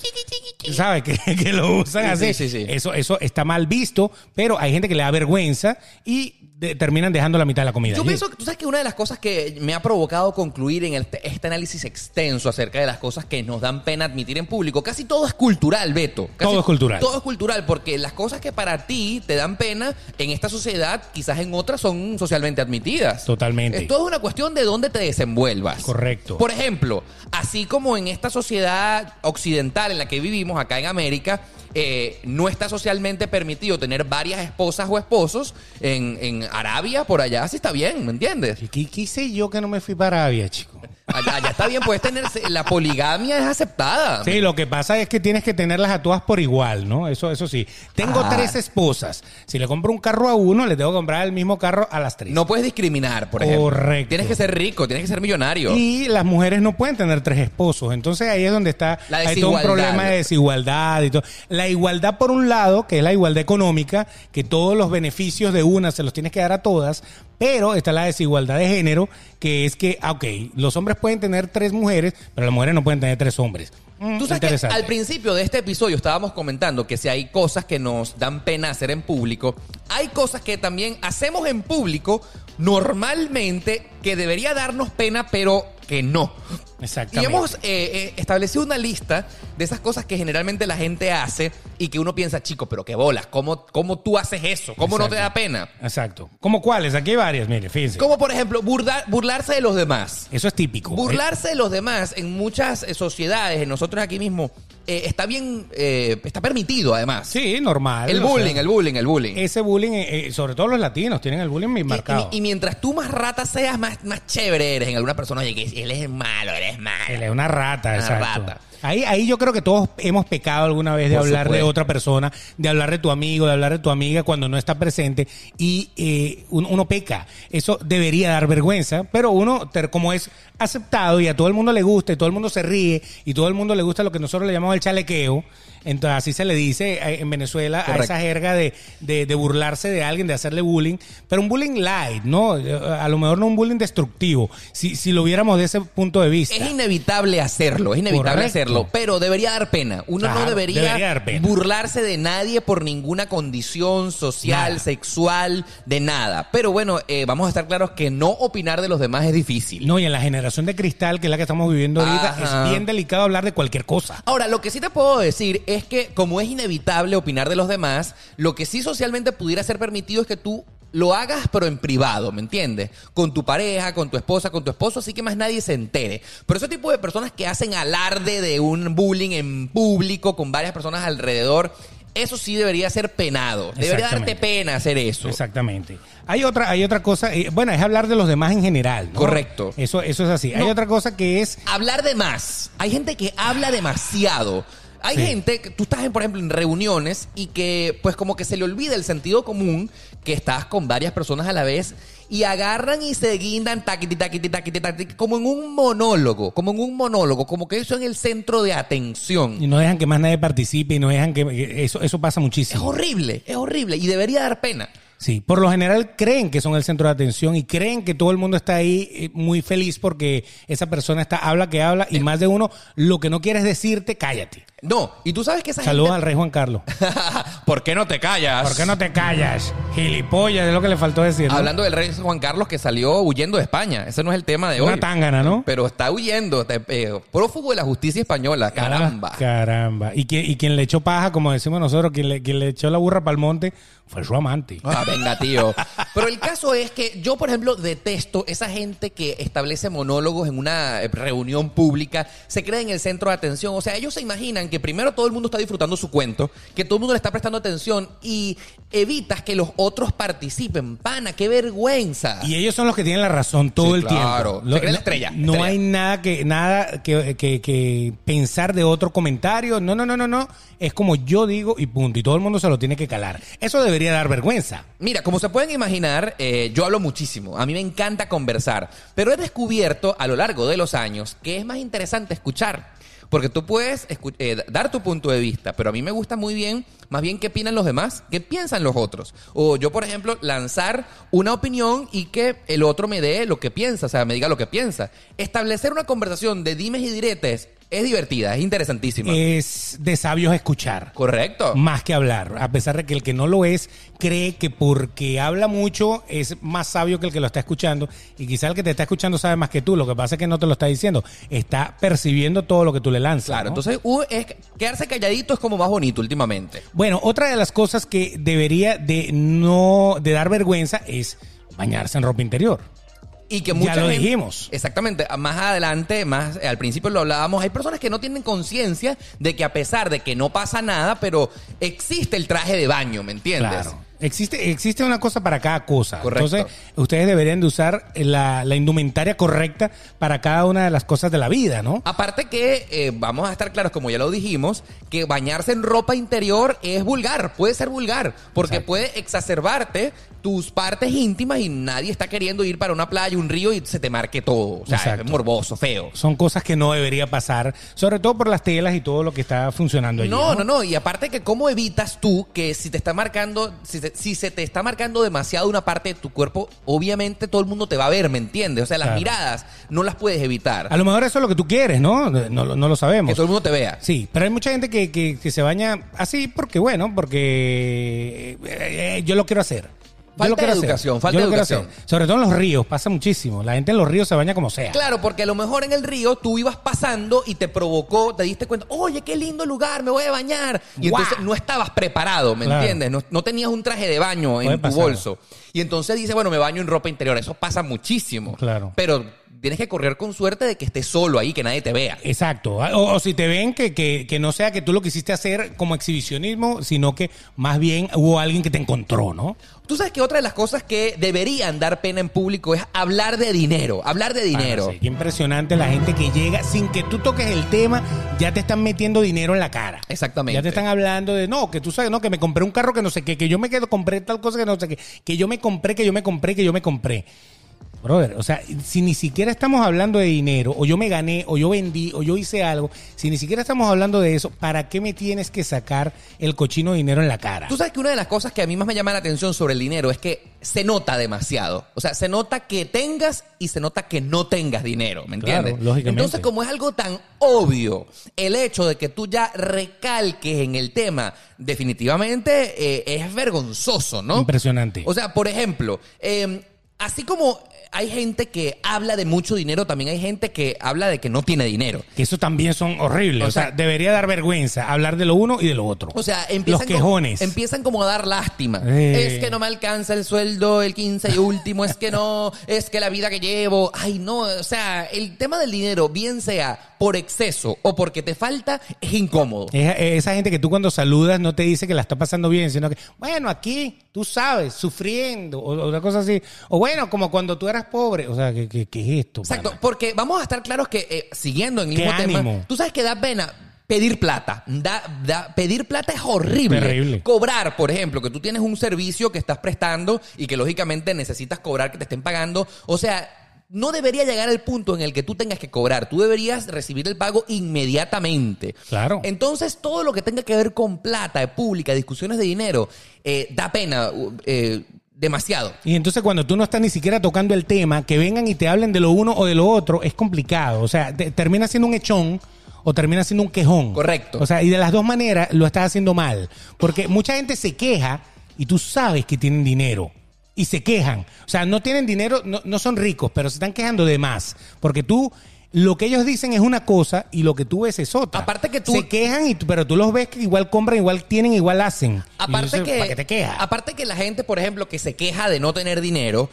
¿Sabes? Que, que lo usan Sí, así. sí, sí, sí. Eso, eso está mal visto, pero hay gente que le da vergüenza y de- terminan dejando la mitad de la comida. Yo allí. pienso que tú sabes que una de las cosas que me ha provocado concluir en el- este análisis extenso acerca de las cosas que nos dan pena admitir en público, casi todo es cultural, Beto. Casi Todo es cultural. Todo es cultural, porque las cosas que para ti te dan pena en esta sociedad, quizás en otras son socialmente admitidas. Totalmente. Esto es una cuestión de dónde te desenvuelvas. Correcto. Por ejemplo, así como en esta sociedad occidental en la que vivimos acá en América, eh, no está socialmente permitido tener varias esposas o esposos en, en Arabia, por allá sí está bien, ¿me entiendes? ¿Qué, qué hice yo que no me fui para Arabia, chico? Allá, allá está bien, puedes tener la poligamia es aceptada. Sí, lo que pasa es que tienes que tenerlas a todas por igual, ¿no? Eso, eso sí. Tengo Ah. tres esposas. Si le compro un carro a uno, le tengo que comprar el mismo carro a las tres. No puedes discriminar, por ejemplo. Correcto. Tienes que ser rico, tienes que ser millonario. Y las mujeres no pueden tener tres esposos. Entonces ahí es donde está La hay todo un desigualdad. problema de desigualdad y todo. La igualdad por un lado, que es la igualdad económica, que todos los beneficios de una se los tienes que dar a todas, pero está la desigualdad de género, que es que, ah, ok, los hombres pueden tener tres mujeres, pero las mujeres no pueden tener tres hombres. Mm, Tú sabes que interesante. al principio de este episodio estábamos comentando que si hay cosas que nos dan pena hacer en público, hay cosas que también hacemos en público normalmente que debería darnos pena, pero que no. Y Exactamente. hemos eh, eh, establecido una lista de esas cosas que generalmente la gente hace y que uno piensa, chico, pero qué bolas, ¿cómo, cómo tú haces eso? ¿Cómo no te da Exacto. pena? Exacto. ¿Cómo cuáles? Aquí hay varias, mire, fíjense. Como por ejemplo, burda- burlarse de los demás. Eso es típico. Burlarse de los demás en muchas eh, sociedades, en nosotros aquí mismo, eh, está bien, eh, está permitido además. Eh, Sí, normal. El o bullying, sea, el bullying, el bullying. Ese bullying, eh, eh, sobre todo los latinos, tienen el bullying bien Y- marcado. Y, y mientras tú más rata seas, más, más chévere eres en alguna persona. Oye, que él es malo, eres Él malo. es una rata, Una exacto. rata. Ahí, ahí yo creo que todos hemos pecado alguna vez de Por hablar de supuesto. otra persona, de hablar de tu amigo, de hablar de tu amiga cuando no está presente y eh, un- uno, peca. Eso debería dar vergüenza, pero uno, ter- como es aceptado y a todo el mundo le gusta y todo el mundo se ríe y todo el mundo le gusta lo que nosotros le llamamos el chalequeo, entonces así se le dice eh, en Venezuela a Correcto. esa jerga de, de- de burlarse de alguien, de hacerle bullying, pero un bullying light, ¿no? A lo mejor no un bullying destructivo, si, si lo viéramos de ese punto de vista. Es inevitable hacerlo, es inevitable Correcto. hacerlo, pero debería dar pena. Uno Claro, no debería, debería dar pena. burlarse de nadie por ninguna condición social, Nada. sexual, de nada. Pero bueno, eh, vamos a estar claros que no opinar de los demás es difícil. No, y en la generación de cristal, que es la que estamos viviendo ahorita, Ajá. es bien delicado hablar de cualquier cosa. Ahora, lo que sí te puedo decir es que como es inevitable opinar de los demás, lo que sí socialmente pudiera ser permitido es que tú lo hagas pero en privado, ¿me entiendes? Con tu pareja, con tu esposa, con tu esposo, así que más nadie se entere. Pero ese tipo de personas que hacen alarde de un bullying en público con varias personas alrededor, eso sí debería ser penado. Debería darte Exactamente. pena hacer eso. Exactamente. Hay otra, hay otra cosa, eh, bueno, es hablar de los demás en general. ¿no? Correcto. Eso, eso es así. Hay No. otra cosa que es hablar de más. Hay gente que habla demasiado. Hay Sí. gente que tú estás, en, por ejemplo, en reuniones y que pues como que se le olvida el sentido común que estás con varias personas a la vez y agarran y se guindan taquiti, taquiti, taquiti, taquiti, como en un monólogo, como en un monólogo, como que eso en el centro de atención. y no dejan que más nadie participe y no dejan que que- eso, eso pasa Es muchísimo. horrible, es horrible y debería dar pena. Sí, por lo general creen que son el centro de atención y creen que todo el mundo está ahí eh, muy feliz porque esa persona está habla que habla Eh. y más de uno lo que no quiere es decirte cállate. No, y tú sabes que esa Saludos gente... al rey Juan Carlos. ¿Por qué no te callas? ¿Por qué no te callas? Gilipollas es lo que le faltó decir. ¿no? Hablando del rey Juan Carlos que salió huyendo de España. Ese no es el tema de hoy. Una tangana, Ah, ¿no? Pero está huyendo, está, eh, prófugo de la justicia española, caramba. Ah, caramba. Y, que, y quien le echó paja, como decimos nosotros, quien le, quien le echó la burra para el monte, fue su amante. Ah, venga, tío. Pero el caso es que yo, por ejemplo, detesto esa gente que establece monólogos en una eh, reunión pública, se cree en el centro de atención. O sea, ellos se imaginan que primero todo el mundo está disfrutando su cuento, que todo el mundo le está prestando atención y evitas que los otros participen. Pana, qué vergüenza. Y ellos son los que tienen la razón todo Sí, el claro. tiempo. Se creen la estrella, No estrella. hay nada que nada que, que- que pensar de otro comentario. No, no, no, no, no. Es como yo digo y punto. Y todo el mundo se lo tiene que calar. Eso debería dar vergüenza. Mira, como se pueden imaginar, eh, yo hablo muchísimo. A mí me encanta conversar. Pero he descubierto a lo largo de los años que es más interesante escuchar. Porque tú puedes escu- eh, dar tu punto de vista, pero a mí me gusta muy bien, más bien qué opinan los demás, qué piensan los otros. O yo, por ejemplo, lanzar una opinión y que el otro me dé lo que piensa, o sea, me diga lo que piensa. Establecer una conversación de dimes y diretes es divertida, es interesantísima. Eh, Es de sabios escuchar. Correcto. Más que hablar, a pesar de que el que no lo es cree que porque habla mucho es más sabio que el que lo está escuchando y quizá el que te está escuchando sabe más que tú, lo que pasa es que no te lo está diciendo, está percibiendo todo lo que tú le lanzas. Claro, ¿no? entonces uh, es, quedarse calladito es como más bonito últimamente. Bueno, otra de las cosas que debería de no de dar vergüenza es bañarse en ropa interior. Y que Ya mucha lo gente- dijimos. Exactamente. Más adelante, más eh, al principio lo hablábamos. Hay personas que no tienen conciencia de que a pesar de que no pasa nada, pero existe el traje de baño, ¿me entiendes? Claro. Existe, existe una cosa para cada cosa. Correcto. Entonces, ustedes deberían de usar la, la indumentaria correcta para cada una de las cosas de la vida, ¿no? Aparte que eh, vamos a estar claros, como ya lo dijimos, que bañarse en ropa interior es vulgar, puede ser vulgar, porque Exacto. puede exacerbarte tus partes íntimas y nadie está queriendo ir para una playa, un río y se te marque todo. O sea, Exacto. es morboso, feo. Son cosas que no debería pasar, sobre todo por las telas y todo lo que está funcionando allí. No, no, no. Y aparte que cómo evitas tú que si te está marcando, si, se- si se te está marcando demasiado una parte de tu cuerpo, obviamente todo el mundo te va a ver, ¿me entiendes? O sea, las Claro. miradas no las puedes evitar. A lo mejor eso es lo que tú quieres, ¿no? No, lo- no lo Que sabemos. todo el mundo te vea. Sí, pero hay mucha gente que, que- que se baña así porque, bueno, porque eh, eh, yo lo quiero hacer. Yo Falta lo quiero de hacer. educación, falta Yo lo de quiero educación. hacer. Sobre todo en los ríos, pasa muchísimo. La gente en los ríos se baña como sea. Claro, porque a lo mejor en el río tú ibas pasando y te provocó, te diste cuenta, oye, qué lindo lugar, me voy a bañar. Y Guau. entonces no estabas preparado, ¿me Claro. entiendes? No, no tenías un traje de baño en Puede tu pasar. bolso. Y entonces dices, bueno, me baño en ropa interior. Eso pasa muchísimo. Claro. Pero tienes que correr con suerte de que estés solo ahí, que nadie te vea. Exacto. Ah, O, o si te ven que, que- que no sea que tú lo quisiste hacer como exhibicionismo, sino que más bien hubo alguien que te encontró, ¿no? Tú sabes que otra de las cosas que deberían dar pena en público es hablar de dinero, hablar de dinero. Ah, sí, qué impresionante la gente que llega sin que tú toques el tema, ya te están metiendo dinero en la cara. Exactamente. Ya te están hablando de, no, que tú sabes, no, que me compré un carro que no sé qué, que yo me quedo, compré tal cosa que no sé qué, que yo me compré, que yo me compré, que yo me compré. Brother, o sea, si ni siquiera estamos hablando de dinero, o yo me gané, o yo vendí, o yo hice algo, si ni siquiera estamos hablando de eso, ¿para qué me tienes que sacar el cochino dinero en la cara? Tú sabes que una de las cosas que a mí más me llama la atención sobre el dinero es que se nota demasiado. O sea, se nota que tengas y se nota que no tengas dinero, ¿me Claro, entiendes? lógicamente. Entonces, como es algo tan obvio, el hecho de que tú ya recalques en el tema, definitivamente eh, es vergonzoso, ¿no? Impresionante. O sea, por ejemplo, eh, así como hay gente que habla de mucho dinero, también hay gente que habla de que no tiene dinero. Que eso también son horribles. O sea, debería dar vergüenza hablar de lo uno y de lo otro. O sea, empiezan, Los quejones. Como, empiezan como a dar lástima. Eh. Es que no me alcanza el sueldo, el 15 y último, es que no, es que la vida que llevo. Ay, no, o sea, el tema del dinero, bien sea por exceso o porque te falta, es incómodo. Es- es esa gente que tú cuando saludas no te dice que la está pasando bien, sino que, bueno, aquí, tú sabes, sufriendo, o o una cosa así. O bueno, como cuando tú eras pobre. O sea, ¿qué, qué- qué es esto? Exacto, pana? porque vamos a estar claros que eh, siguiendo en el Qué mismo ánimo. tema, tú sabes que da pena pedir plata. Da, da- pedir plata es horrible. Terrible. Cobrar, por ejemplo, que tú tienes un servicio que estás prestando y que lógicamente necesitas cobrar que te estén pagando. O sea, no debería llegar el punto en el que tú tengas que cobrar. Tú deberías recibir el pago inmediatamente. Claro. Entonces, todo lo que tenga que ver con plata pública, discusiones de dinero, eh, da pena uh, eh, demasiado. Y entonces cuando tú no estás ni siquiera tocando el tema, que vengan y te hablen de lo uno o de lo otro, es complicado. O sea, te- termina siendo un echón o termina siendo un quejón. Correcto. O sea, y de las dos maneras lo estás haciendo mal. Porque mucha gente se queja y tú sabes que tienen dinero. Y se quejan. O sea, no tienen dinero, no, no son ricos, pero se están quejando de más. Porque tú, lo que ellos dicen es una cosa y lo que tú ves es otra. Aparte que tú- Se quejan, y, tú- pero tú los ves que igual compran, igual tienen, igual hacen. Y Aparte entonces, que, ¿Para qué te quejas? aparte que la gente, por ejemplo, que se queja de no tener dinero,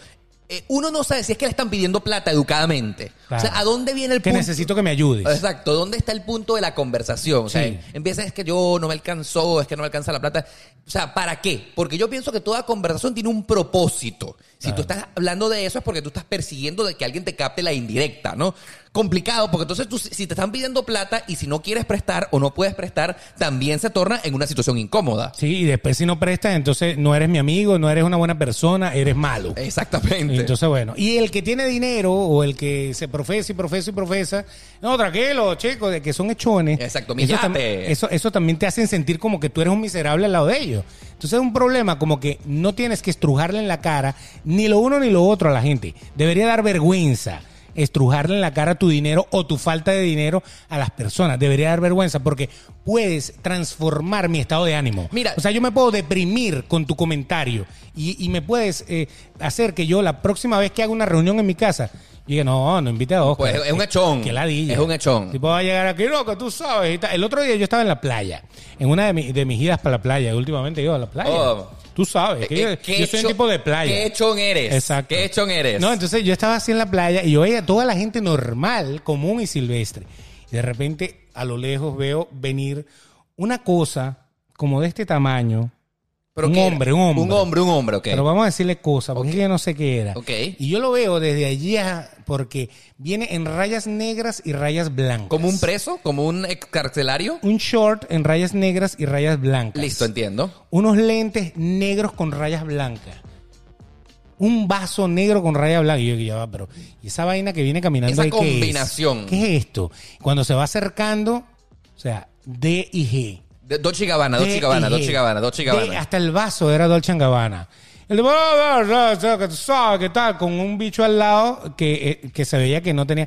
eh, uno no sabe si es que le están pidiendo plata educadamente. Claro. O sea, ¿a dónde viene el Que punto? necesito que me ayudes. Exacto, ¿dónde está el punto de la conversación? O sea, Sí. empieza es que yo no me alcanzó, es que no me alcanza la plata. O sea, ¿para qué? Porque yo pienso que toda conversación tiene un propósito. Si tú estás hablando de eso es porque tú estás persiguiendo de que alguien te capte la indirecta, ¿no? complicado porque entonces tú, si te están pidiendo plata y si no quieres prestar o no puedes prestar, también se torna en una situación incómoda. Sí, y después si no prestas, entonces no eres mi amigo, no eres una buena persona, eres malo. Exactamente. Entonces, bueno. Y el que tiene dinero o el que se profesa y profesa y profesa, no, tranquilo, chicos, de que son hechones. Exacto, eso, millate. tam- eso, eso también te hacen sentir como que tú eres un miserable al lado de ellos. Entonces es un problema como que no tienes que estrujarle en la cara ni lo uno ni lo otro a la gente. Debería dar vergüenza estrujarle en la cara tu dinero o tu falta de dinero a las personas. Debería dar vergüenza porque puedes transformar mi estado de ánimo. Mira- o sea, yo me puedo deprimir con tu comentario y, y me puedes eh, hacer que yo la próxima vez que haga una reunión en mi casa, diga, no, no invite a Oscar. Pues es un hechón. Que ladilla. Es un hechón. Tipo, va a llegar aquí, loco, tú sabes. y tal. El otro día yo estaba en la playa, en una de, mi- de mis idas para la playa. Últimamente yo a la playa. Oh. Tú sabes, que yo, yo soy un hecho- tipo de playa. ¿Qué hechón eres? Exacto. ¿Qué hechón eres? No, entonces yo estaba así en la playa y yo veía a toda la gente normal, común y silvestre. Y de repente, a lo lejos veo venir una cosa como de este tamaño. ¿Pero un qué era? hombre, un hombre. Un hombre, un hombre, ok. Pero vamos a decirle cosa, porque Ok. yo no sé qué era. Ok. Y yo lo veo desde allí a- porque viene en rayas negras y rayas blancas. ¿Como un preso? ¿Como un carcelario? Un short en rayas negras y rayas blancas. Listo, entiendo. Unos lentes negros con rayas blancas. Un vaso negro con rayas blancas. Y yo ya va, pero. ¿Y esa vaina que viene caminando Esa ahí, qué es? combinación. ¿Qué es? esto? Cuando se va acercando, o sea, D y G. De- Dolce y Gabbana, Dolce y D Gabbana, y G. Dolce y Gabbana, Dolce y D- Gabbana. Hasta el vaso era Dolce and Gabbana. El de, "Ah, ah, ah, ah, que tú sabes qué tal, con un bicho al lado que, eh, que se veía que no tenía.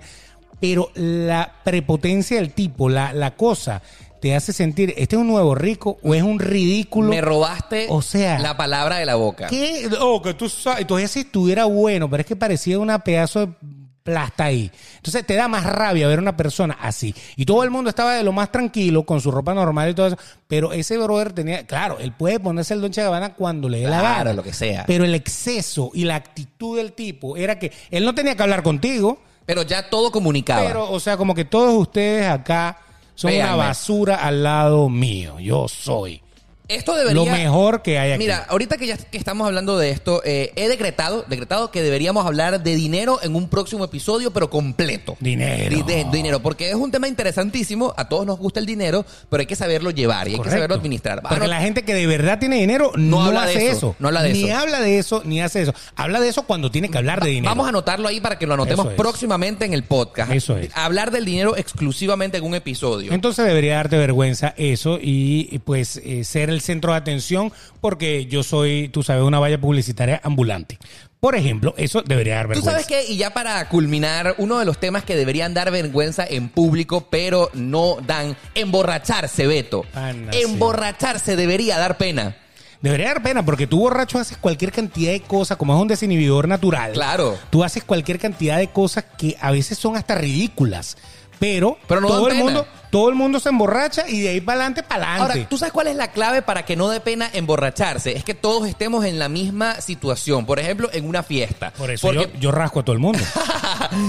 Pero la prepotencia del tipo, la, la cosa, te hace sentir, ¿este es un nuevo rico o es un ridículo? Me robaste O sea- la palabra de la boca. ¿Qué? Oh, que tú sabes. Entonces, si estuviera bueno, pero es que parecía una pedazo de plasta ahí. Entonces, te da más rabia ver una persona así. Y todo el mundo estaba de lo más tranquilo, con su ropa normal y todo eso. Pero ese brother tenía. Claro, él puede ponerse el Dolce Gabbana cuando le dé la Claro, gana. lo que sea. Pero el exceso y la actitud del tipo era que él no tenía que hablar contigo, Pero ya todo comunicaba. pero, o sea, como que todos ustedes acá son una Véanme. basura al lado mío. Yo soy Esto debería... lo mejor que hay aquí. Mira, ahorita que ya que estamos hablando de esto, eh, he decretado, decretado que deberíamos hablar de dinero en un próximo episodio, pero completo. Dinero. Di- de- dinero, porque es un tema interesantísimo. A todos nos gusta el dinero, pero hay que saberlo llevar y hay que Correcto. saberlo administrar. Ah, Porque no, la gente que de verdad tiene dinero no, habla de hace eso, eso, no habla de ni eso. habla de eso, ni hace eso. Habla de eso cuando tiene que hablar de dinero. Vamos a anotarlo ahí para que lo anotemos Eso es. próximamente en el podcast. Eso es. Hablar del dinero exclusivamente en un episodio. Entonces debería darte vergüenza eso y y, pues eh, ser el centro de atención porque yo soy, tú sabes, una valla publicitaria ambulante. Por ejemplo, eso debería dar Tú vergüenza. sabes que, y ya para culminar, uno de los temas que deberían dar vergüenza en público, pero no dan, emborracharse, Beto. Pana, sí. emborracharse debería dar pena. Debería dar pena porque tú borracho haces cualquier cantidad de cosas, como es un desinhibidor natural. Claro. Tú haces cualquier cantidad de cosas que a veces son hasta ridículas, pero, Pero no todo dan el pena. mundo todo el mundo se emborracha y de ahí para adelante para adelante. Ahora, ¿tú sabes cuál es la clave para que no dé pena emborracharse? Es que todos estemos en la misma situación. Por ejemplo, en una fiesta. Por eso Porque- yo, yo rasco a todo el mundo.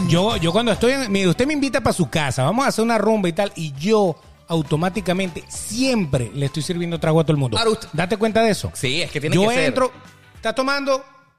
yo, yo cuando estoy en. Mire, usted me invita para su casa, vamos a hacer una rumba y tal, y yo automáticamente siempre le estoy sirviendo trago a todo el mundo. Ahora usted- Date cuenta de eso. Sí, es que tiene yo que ser. entro, está tomando,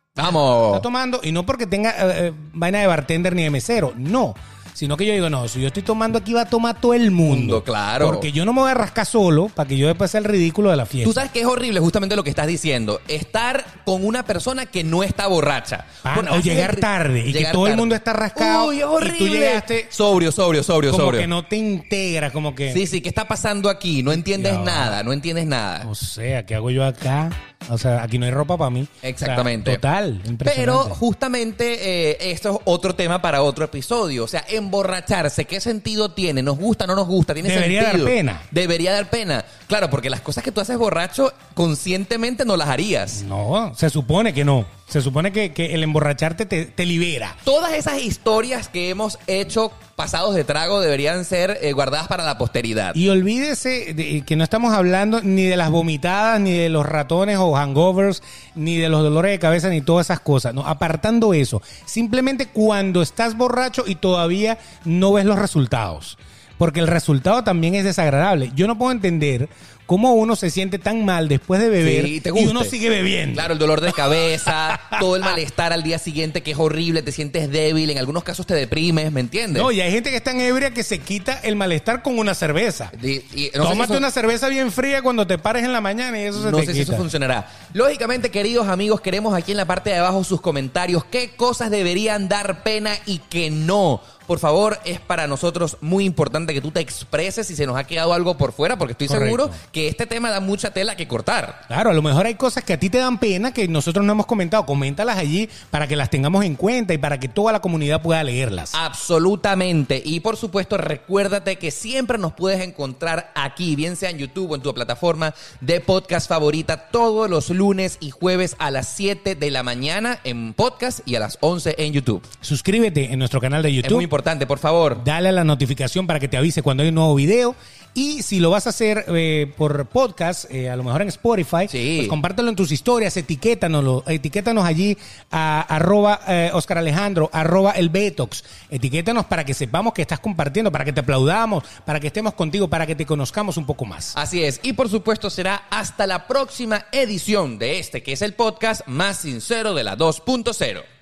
está Vamos. tomando, y no porque tenga eh, eh, vaina de bartender ni de mesero, no. Sino que yo digo, no, si yo estoy tomando aquí va a tomar todo el mundo. Mundo, claro. Porque yo no me voy a rascar solo para que yo después sea el ridículo de la fiesta. Tú sabes que es horrible justamente lo que estás diciendo. Estar con una persona que no está borracha. Ah, Bueno, o hace- llegar tarde y que llegar todo el mundo está rascado Uy, es y tú horrible. llegaste- sobrio, sobrio, sobrio, como sobrio. que no te integra, como que. Sí, sí, ¿qué está pasando aquí? No entiendes Ya va. nada, no entiendes nada. O sea, ¿qué hago yo acá? O sea, aquí no hay ropa para mí. Exactamente. O sea, total, impresionante. Pero justamente eh, esto es otro tema para otro episodio. O sea, emborracharse, ¿qué sentido tiene? ¿Nos gusta, no nos gusta? ¿Tiene Debería dar sentido? pena. Debería dar pena. Claro, porque las cosas que tú haces borracho, conscientemente no las harías. No, se supone que no. Se supone que, que el emborracharte te, te libera. Todas esas historias que hemos hecho pasados de trago deberían ser eh, guardadas para la posteridad. Y olvídese de- que no estamos hablando ni de las vomitadas, ni de los ratones o hangovers, ni de los dolores de cabeza, ni todas esas cosas. No, apartando eso. Simplemente cuando estás borracho y todavía no ves los resultados. Porque el resultado también es desagradable. Yo no puedo entender cómo uno se siente tan mal después de beber Sí, te y uno guste. sigue bebiendo. Claro, el dolor de cabeza, todo el malestar al día siguiente que es horrible, te sientes débil, en algunos casos te deprimes, ¿me entiendes? No, y hay gente que es tan ebria que se quita el malestar con una cerveza. Di- y no sé Tómate si eso- una cerveza bien fría cuando te pares en la mañana y eso se No te sé si quita. eso funcionará. Lógicamente, queridos amigos, queremos aquí en la parte de abajo sus comentarios. ¿Qué cosas deberían dar pena y qué no? Por favor, es para nosotros muy importante que tú te expreses si se nos ha quedado algo por fuera, porque estoy Correcto. seguro que este tema da mucha tela que cortar. Claro, a lo mejor hay cosas que a ti te dan pena que nosotros no hemos comentado. Coméntalas allí para que las tengamos en cuenta y para que toda la comunidad pueda leerlas. Ah. Absolutamente. Y por supuesto, recuérdate que siempre nos puedes encontrar aquí, bien sea en YouTube o en tu plataforma de podcast favorita, todos los lunes y jueves a las 7 de la mañana en podcast y a las 11 en YouTube. Suscríbete en nuestro canal de Es muy YouTube. importante, por favor. Dale a la notificación para que te avise cuando hay un nuevo video. Y si lo vas a hacer eh, por podcast, eh, a lo mejor en Spotify, Sí. pues compártelo en tus historias, etiquétanoslo, etiquétanos allí a arroba eh, Oscar Alejandro, arroba el Betox. Etiquétanos para que sepamos que estás compartiendo, para que te aplaudamos, para que estemos contigo, para que te conozcamos un poco más. Así es. Y por supuesto será hasta la próxima edición de este, que es el podcast más sincero de la 2.0.